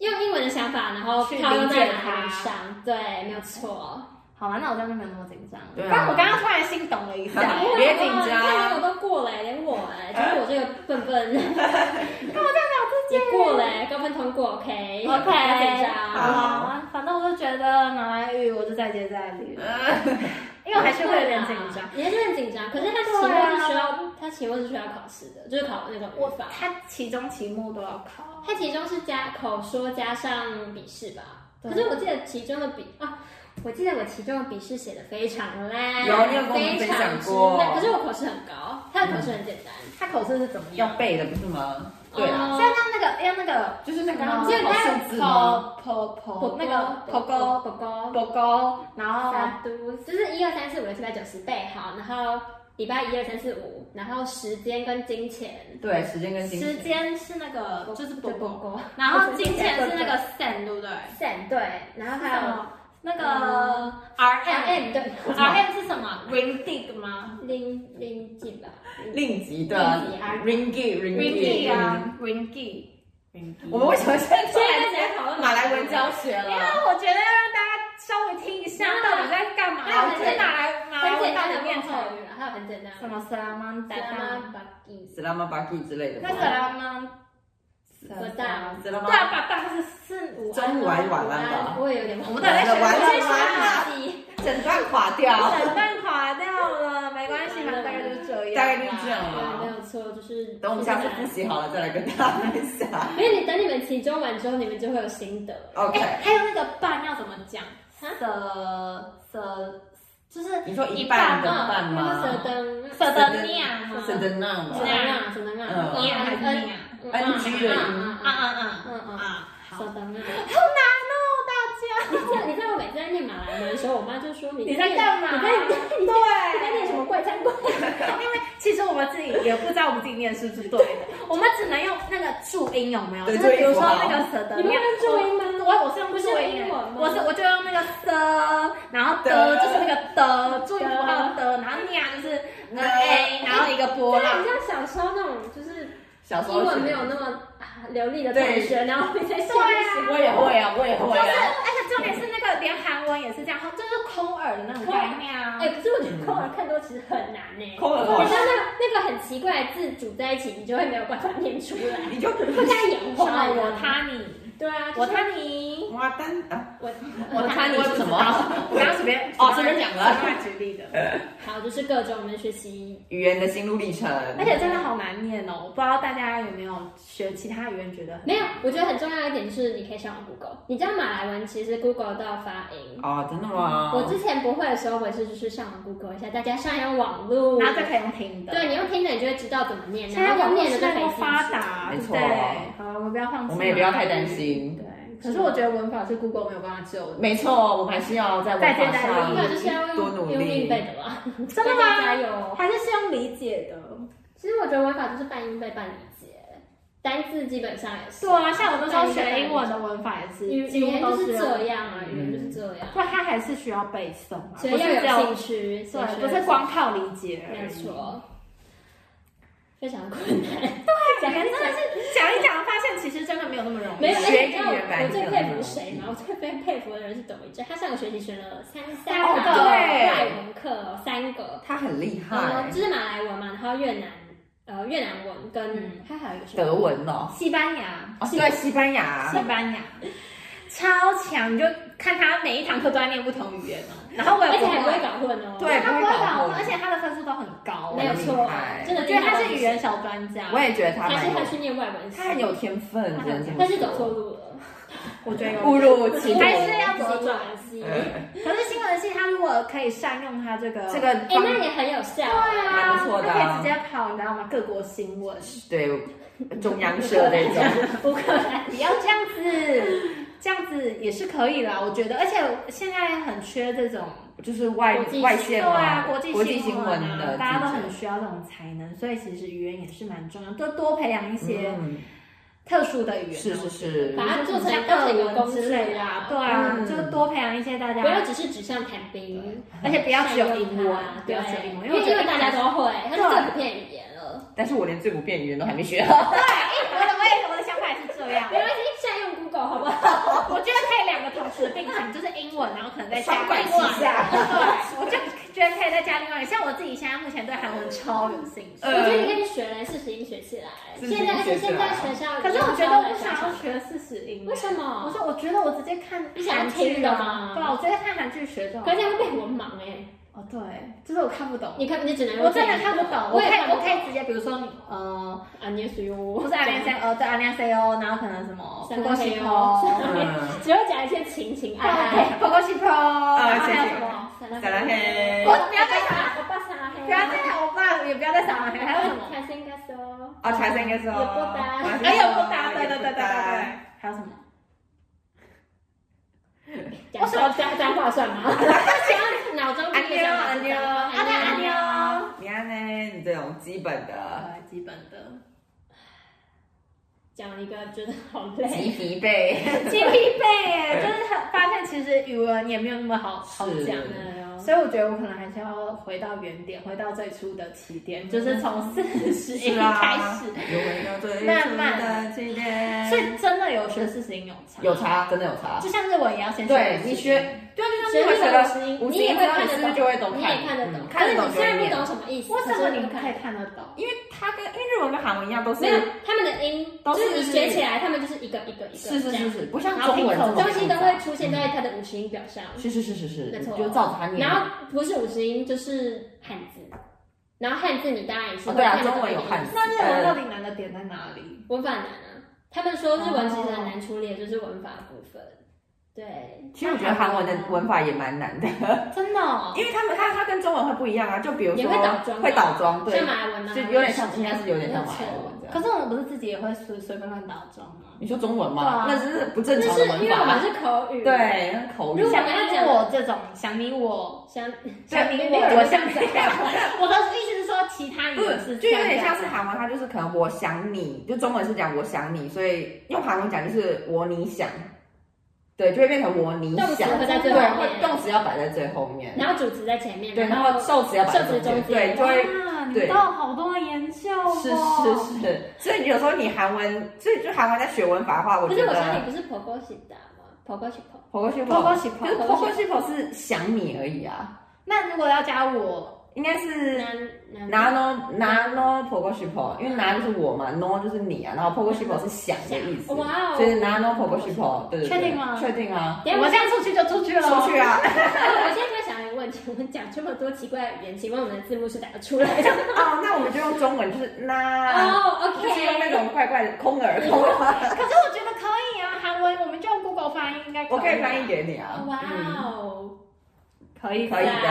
用英文的想法，然后去套用理在解哪它里上，对，没有错。好吧，那我这样就没有那么紧张。对啊不然我刚刚突然心动了一下，对干啊嘛 *laughs* 别紧张你看哎我都过了，连我哎，就是我这个笨笨，这 *laughs* 也样搞过了，高分通过，OK，自己？OK，不要好紧张。啊，反正我就觉得马来语我就再接再厉了，因为我还是会有点紧张。，也是很紧张。可是他期对啊末是需要，他期末是需要考试的，就是考那种我语法。他期中、期末都要考，他其中是加口说加上笔试吧？对可是我记得其中的笔啊，我记得我其中的笔试写的非常烂，有你有跟我们非分常享之过烂。可是我口试很高，他的口试很简单。他口试是怎么要样？背的不是吗？对啊，是要哦，让那个要那个，就是那个嗯考就是数字吗？口口口狗那个口狗口狗狗狗狗，然后杀都，就是一二三四五六七八九十背好，然后礼拜一二三四五，然后时间跟金钱，对，时间跟金时钱。间是那个就是狗狗狗狗，狗然后金钱是那个 cent 对不对？嗯散对，然后是还什有么？那个 R M M 对 R M 是什么？Ring dig 吗零零几吧，令吉的令吉啊 ringgit ？Ring dig ringgit 啊，Ring dig。嗯我们为什么现在突然间讨论马来文教学因为了？我觉得要让大家稍微听一下到底在干嘛，那我我们是马来马来很文简到单底的变问成候语啦，还有很简单的什么 s a l a m a n d a t a Selamat pagi，斯拉玛巴基之类的吗那 s a l a m a n 不大，斯拉玛对啊，把当是是 *laughs* 我中午还是晚啊安吧？我也有点忘我了，我们到底在学完了我在完了学完哪了记，整段垮掉，整段垮掉了，没关系，反正大概就是这样，啊大概就是这样对，没了。有错，就是啊等我们下次复习好了再来跟大家分享。没有你等你们期中完之后，你们就会有心得了。哎、 OK，还有那个半要怎么讲？哈舍舍就是你说一一半半的吗半那个舍吗？灯，舍得啊酿吗？是的那怎么吗？样？怎么样？嗯酿还是酿？嗯 NG 的音啊啊啊嗯嗯啊！好舍难灯啊！哦，你知道你知道我每次在念马来文的时候，我妈就说你你在干嘛你在你在你在对你在念什么怪腔怪调？大家。因为其实我们自己也不知道我们自己念是不是对的，我们只能用那个注音有没有？对就是比如说注音符号那个舍得你们酿用，注音吗？我我是用不是注音英文吗我是我就用那个的，然后的的就是那个的注音符号的，然后酿就是的呃 a，然后一个波对浪啊，。你像小时候那种就是小时候英文没有那么啊流利的同学，然后你在下对面啊写我也会啊，我也就会是，啊。而且重点是那个连韩文也是这样，就是空耳的那种概念啊。哎，可是我觉得空耳看多其实很难呢。空耳你知道那个那个很奇怪的字组在一起，你就会没有办法念出来。你就会加眼什红么啊，我他你，对啊，我他你，哇丹啊， *laughs* 我我他你是什么？我刚刚随便哦随便讲的随便举例的，好，就是各种我们学习，语言的心路历程。 *laughs* 而且真的好难念哦，我不知道大家有没有学其他语言觉得很没有，我觉得很重要一点就是你可以上网 Google，你知道马来文其实 Google 到发音。哦，真的吗？我之前不会的时候，我也是就是上网 Google 一下，大家上一下网络，然后再可以用听的。对，你用听的，你就会知道怎么念，现在然后网用络念时的就代可以多记住发。达，没对不错对？好，我们不要放弃，我们也不要太担。心。对，可是我觉得文法是 Google 没有办法救的。没错，我们还是要在文法另外就是要上多用努用力命。背的啦，真的大家吗加油！还是是用理解的。其实我觉得文法就是半音背半理解，单字基本上也是。对啊，像我那时候学英文的文法也是，语语几乎言就都是是这样啊，语言嗯就是这样，对，它还是需要背诵啊，所不以是只要有有兴趣，所以对，学不是光靠理解而已。没错，非常困难。讲真的是讲一讲，发现其实真的没有那么容易。没有，学哎，你语知道我言版我最就佩很服容谁吗？我最佩佩服的人是董一正，他上个学期选了三三三堂个外文课哦，三个，他很厉呃，害就，是马来文嘛，然后越南呃越南文跟嗯，它还有一个什么德，文哦，西班牙，哦，对，西班牙西，班牙超强，你就看他每一堂课都在念不同语言哦，然后我也而且不还不会会，搞混哦。对他不不会会搞搞混，混而且他的分数都很高，没有很错厉害，真我的觉得他是语言，小专家我。也觉得他还蛮是他有，去念外文系，他很有天分，只能这么但是走错路了，我觉得有误入歧途。还是要左转系嗯哎可是新闻系他如果可以善用他这个这个哎、方那也很有效。对啊，蛮不错的他可以啊直接跑，你知道吗？各国新闻，对中央社那种，乌克兰不要这样子， *laughs* 这样子也是可以啦，我觉得。而且现在很缺这种，就是外国际新外对线啊嘛，，国际国际新闻闻啊的，大家都记者很需要这种才能，所以其实语言也是蛮重要，多多培养一些嗯特殊的语言，是是是把它做成像当成一个俄工文具之类的啊，对啊，就多培养一些大家不要只是纸上谈兵，而且不要只有善用英文它不要只有对英文因因为我为觉因得为大家都会，它是对最普遍语言了。但是我连最普遍语言都还没学好。我的我也我的想法也是这样没，关系，善用 Google 好不好？ *laughs* 我觉得可以两个同时并行，就是英文，然后可能再加双管另齐外，下对，我就觉得可以再加另外一个。像我自己现在目前对韩文超有兴趣，我觉得你可以去学来四十音学起来。四十音现在而且学起现来在学校，可是我觉得我不想要学四十音，为什么？我说我觉得我直接看你想韩听剧的啊吗对啊，我直接看韩剧学就好可。是这样会被文盲哎、哦，对，就是我看不懂。你看你只能我真的看不懂，我我可也以看不我懂可以直接，比如说你呃，啊，你也属于我，不是 안녕하세哦，对안녕하세哦，然后可能什么三个波黑西 *laughs* 哦坡，，嗯只会讲一些情情爱爱。对，波波西坡，然后还有什么？ *laughs* 撒撒拉嘿我不要再撒，我爸撒拉黑，不要再欧巴，也不要再撒了，还有什么？财神卡说，哦，财神应该是也不搭哦，还有不搭，对对对对对对，还有什么？讲说脏脏话算吗？只要脑中安第一妞，想法安是妞，脏话阿达安安妞妞，你看呢？你这种基本的呃，基本的。讲一个觉得好鸡累，皮被，鸡皮背耶，就是很发现其实语文也没有那么好好讲啊是哎呦所以我觉得我可能还是要回到原点，回到最初的起点，就是从四十音开始。有没有最初慢慢的起点所以真的有学四十音有差，有，差，真的有差就。像日文也要先学对40你音学，对，就像学那个你五五十音十你也音会之后看你得是不是懂就会懂你看？也看得懂嗯，可看是得懂就你现会在不念懂。什么意思，为什可么是你看可以看得懂？因为它跟因为日文跟韩文一样都是没有，他们的音都就是是你学起来，他们就是一个一个一个，是是这是样，是，不像然后中拼文凑这么东西都复杂会出现在它的五十音表上，是是是是是，没你错就照着它念。然后不是五十音就是汉字，然后汉字你当然也是哦会对啊看得懂中文有汉字呃一点那日文到底难的点在哪里？文法难啊，他们说日文其实很难处理，就是文法部分，对，其实我觉得韩文的文法也蛮难的，真的哦，因为他们它它跟中文会不一样啊，就比如也说会倒装会倒装，哦对像，马来文啊，就有点像，应该是有点像马来文这可样。是我们不是自己也会随随便乱打桩吗？你说中文对啊吗？那只是不就正常是的因文为我们法，是口语，，对，那口语如。果想你我这种，想你我，像 *laughs* 想你我，我像这样。我的意思是说，其他语 *laughs* 不言是，是就有点像这是样韩文，它就是可能我想你，就中文是讲我想你，所以用韩文讲就是我你想，对，就会变成我你动词想，会在最对，后会面，动词要摆在最后面，然后主词在前面，对，然后受词要摆在受词中中对，间就会哇，你对知道好多研究哦是是是，所以你有时候你韩文，所以就韩文在学文法的话，我不觉是，得我想你不是婆婆洗的吗？婆婆洗婆，婆婆媳包婆括，喜可欢是。*laughs* 婆婆媳婆是想你而已啊，那如果要加我，应该是男拿 no 拿 no 婆婆媳婆，因为拿就是我嘛，no 就是你啊，然后婆婆媳婆是想的意思，哇哦所以拿 no 婆婆媳婆，对对对，确定吗确定啊，等一我们这下样出去就出去了。出去啊， *laughs* 我现在在想一个问题，我们讲这么多奇怪的语言，请问我们的字幕是打得出来 *laughs* 的？哦，那我们就用中文，就是拿，哦就是用那，OK，种怪怪的空耳空耳，可是我觉得可以啊，韩文我们就用 Google 翻译应该我可以吧翻译给你啊，哇嗯，哦，可以可以的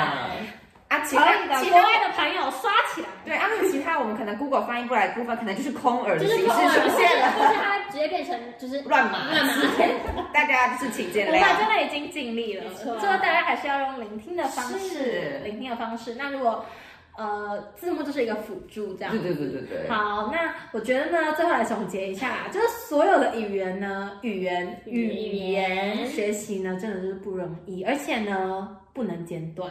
啊，可其他以的，其国他外的朋友刷起来。对，啊，那其他我们可能 Google 翻译不来的部分，可能就是空耳就的是形式口耳，出或现是了，或是它直接变成就是乱码乱码， *laughs* 大家就是请见我们谅。真的已经尽力了，没所错以大家还是要用聆听的方式是，聆听的方式。那如果呃字幕就是一个辅助，这样对对对对对，好，那我觉得呢，最后来总结一下，就是所有的语言呢，语言语语言言学习呢，真的是不容易，而且呢，不能间断，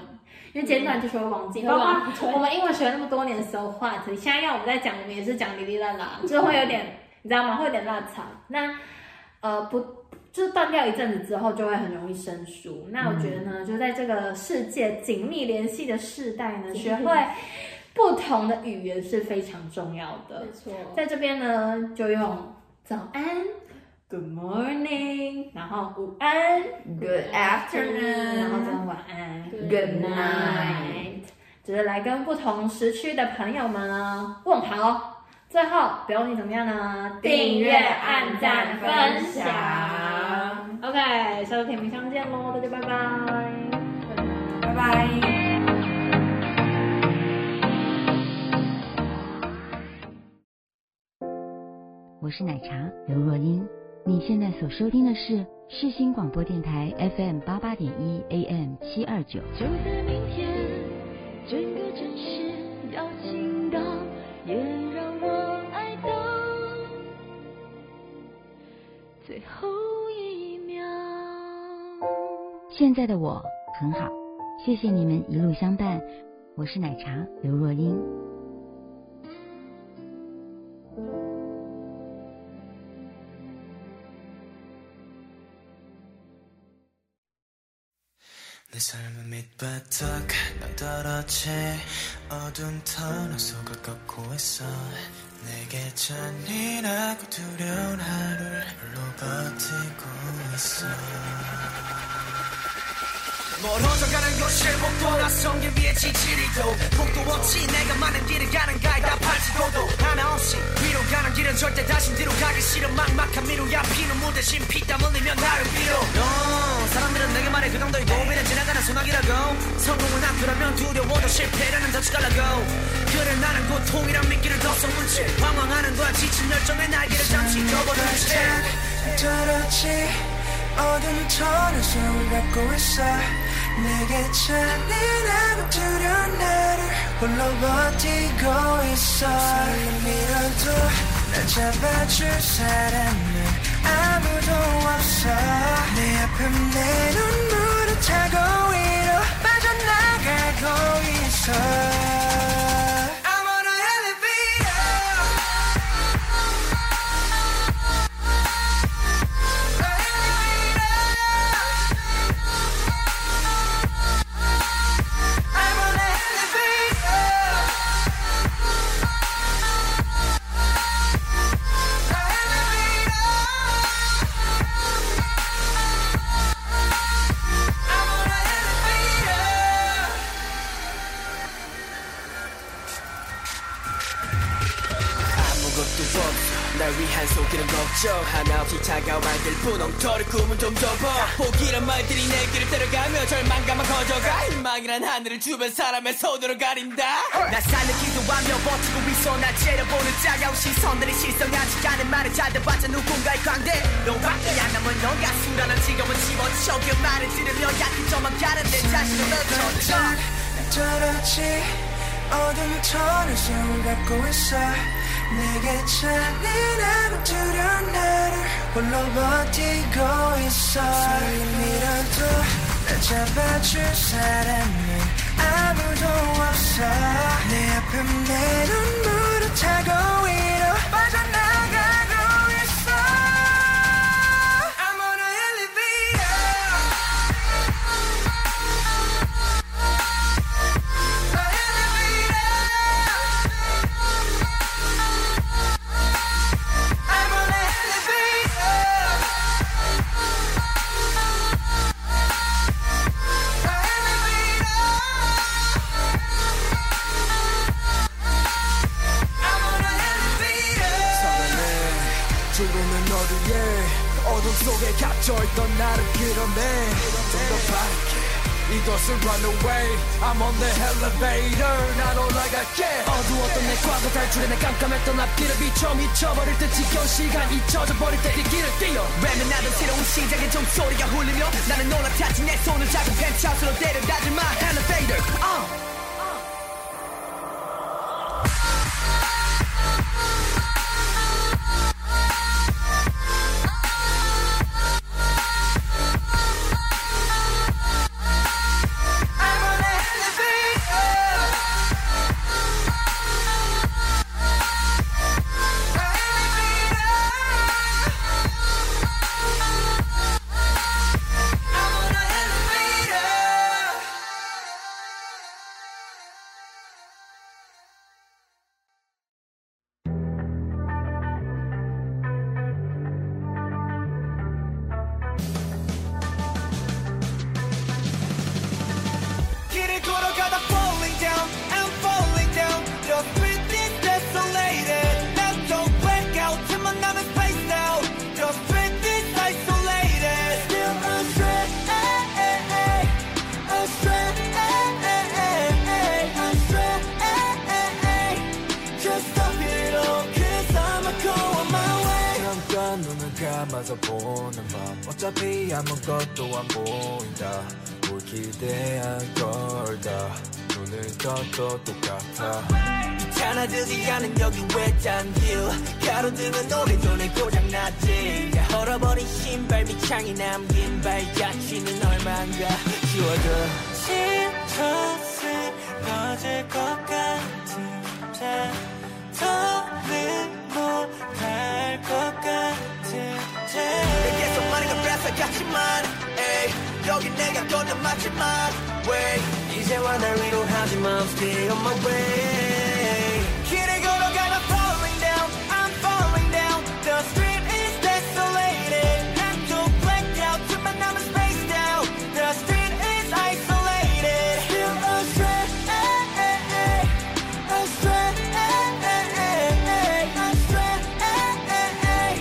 因为间断就是会忘记。嗯包忘记括我们英文学了那么多年，so what？现在要我们再讲，我们也是讲哩哩啦啦，就会有点，你知道吗？会有点落差。那呃，不就是断掉一阵子之后，就会很容易生疏。那我觉得嗯呢，就在这个世界紧密联系的世代呢，紧密学会不同的语言是非常重要的没。错，在这边呢，就用早安，Good morning，然后午安， *laughs* Good *laughs* 然后 afternoon，跟晚安 Good night 就是来跟不同时区的朋友们呢问好。最后，不用你怎么样呢？订阅按赞分享 OK，下周甜蜜相见喽，大家拜拜。拜拜。我是奶茶刘若英。你现在所收听的是世新广播电台 FM 八八点一 AM 七二九。就在明天，整个城市要倾倒，也让我爱到。最后一秒。现在的我很好，谢谢你们一路相伴，我是奶茶刘若英。 내 삶은 밑바닥 난 떨어지 어두운 터널 속을 걷고 있어 내게 잔인하고 두려운 하루를 홀로 버티고 있어 멀어져가는 것을 목도 낯선 게 위에 지치리도 목도 없이 내가 많은 길을 가는 가이다 팔지도도 하나 없이 위로 가는 길은 절대 다시 뒤로 가기 싫은 막막한 미로야 피는 무 대신 피땀 흘리면 나를 위로 넌 사람들은 내게 말해 그 정도의 고비는 지나가는 소나기라고 성공은 앞이라면 두려워도 실패라는 덫이 갈라고 그래 나는 고통이란 미끼를 더 썩문지 방황하는 거야 지친 열정의 날개를 잠시 접어둔 채 저렇지 어둠 터널 속을 걷고 있어 내게 잔인하고 두려운 나를 홀로 버티고 있어 손을 밀어도 날 잡아줄 사람은 아무도 없어 내 아픔 내 눈물을 타고 위로 빠져나가고 있어 I'm on an elevator 아무것도 없어 날 위한 속이는 걱정 하나 없이 차가운 들 분홍터를 꿈은 좀 접어 포기란 말들이 내 길을 따라가며 절망감만 커져가 희망이란 하늘을 주변 사람의 손으로 가린다 나 사는 기도하며 버티고 있어 나 째려보는 차가운 시선들이 실성하지 않은 말을 찾아봤자 누군가의 광대 너밖에 안 남은 너 가수라는 직업은 지워지셔 그 말을 들으며 약점만 가는 내 자신을 맺어져 저렇지 어둠 터널 속을 걷고 있어 내게 잔인하고 두려운 나를 홀로 버티고 있어 손이라도 날 잡아줄 사람은 아무도 없어 내 아픔 내 눈물을 타고 위로 빠져나가고 있어 I'm on an elevator 죽음은 너를 예 어둠 속에 갇혀있던 나를 끌어내 좀더 빠르게 이것을 run away I'm on the elevator 난 올라갈게 어두웠던 내 과거 탈출해 내 깜깜했던 앞길을 비춰 미쳐버릴 때 지겨운 시간 잊혀져 버릴 때이 길을 뛰어 랩은 나도 새로운 시작의 종소리가 울리며 나는 올라타지 내 손을 잡고 펜트하우스로 데려다주마 elevator uh. I'm on an elevator 길을 걸어가다 falling down, I'm falling down. Your breath is desolated. That's your blackout. 힘만 남은 space out. Your breath is isolated. Still astray, astray, astray. Just stop it all, 'cause I'ma go on my way. 잠깐 눈을 감아서 보는 밤 어차피 아무것도 안 보인다 뭘 기대한 걸다 눈을 떠도 똑같아 사라지지 않은 여기 외딴 뷰 가로등은 노래도 내 고장났지 얼어버린 신발 밑창이 남긴 발자취는 얼만가 지워져 짙었을 꺼질 것 같은데 더는 못할 것 같은데 계속 많은 걸 뺏어갔지만 에이, 여기 내가 걷는 마지막 way 이제와 날 위로하지만 I'm still on my way 길을 걸어가다 falling down I'm falling down The street is desolated I'm too blacked out to my number spaced out The street is isolated Still astray Astray Astray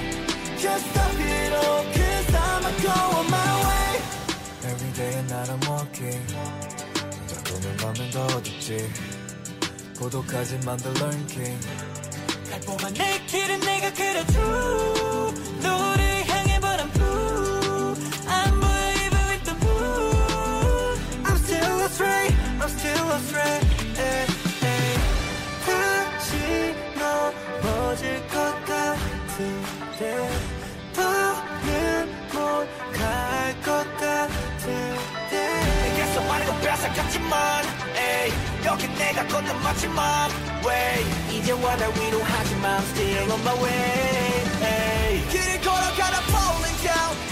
Just stop it all cause I'ma go on my way Every day and I'm walking 자꾸는 밤엔 더 어둡지 고독하지만 The Learn King 갈 뽑아 내 길은 내가 그려준 너를 향해 but I'm blue I'm waving with the blue I'm still astray I'm still astray eh, eh. 다시 넘어질 것 같은데 더는 못갈것 같은데 계속 말고 뺏어갔지만 에이, 여긴 내가 걷는 마지막 way 이제 와날 위로하지만 I'm still on my way 에이. 길을 걸어가다 falling down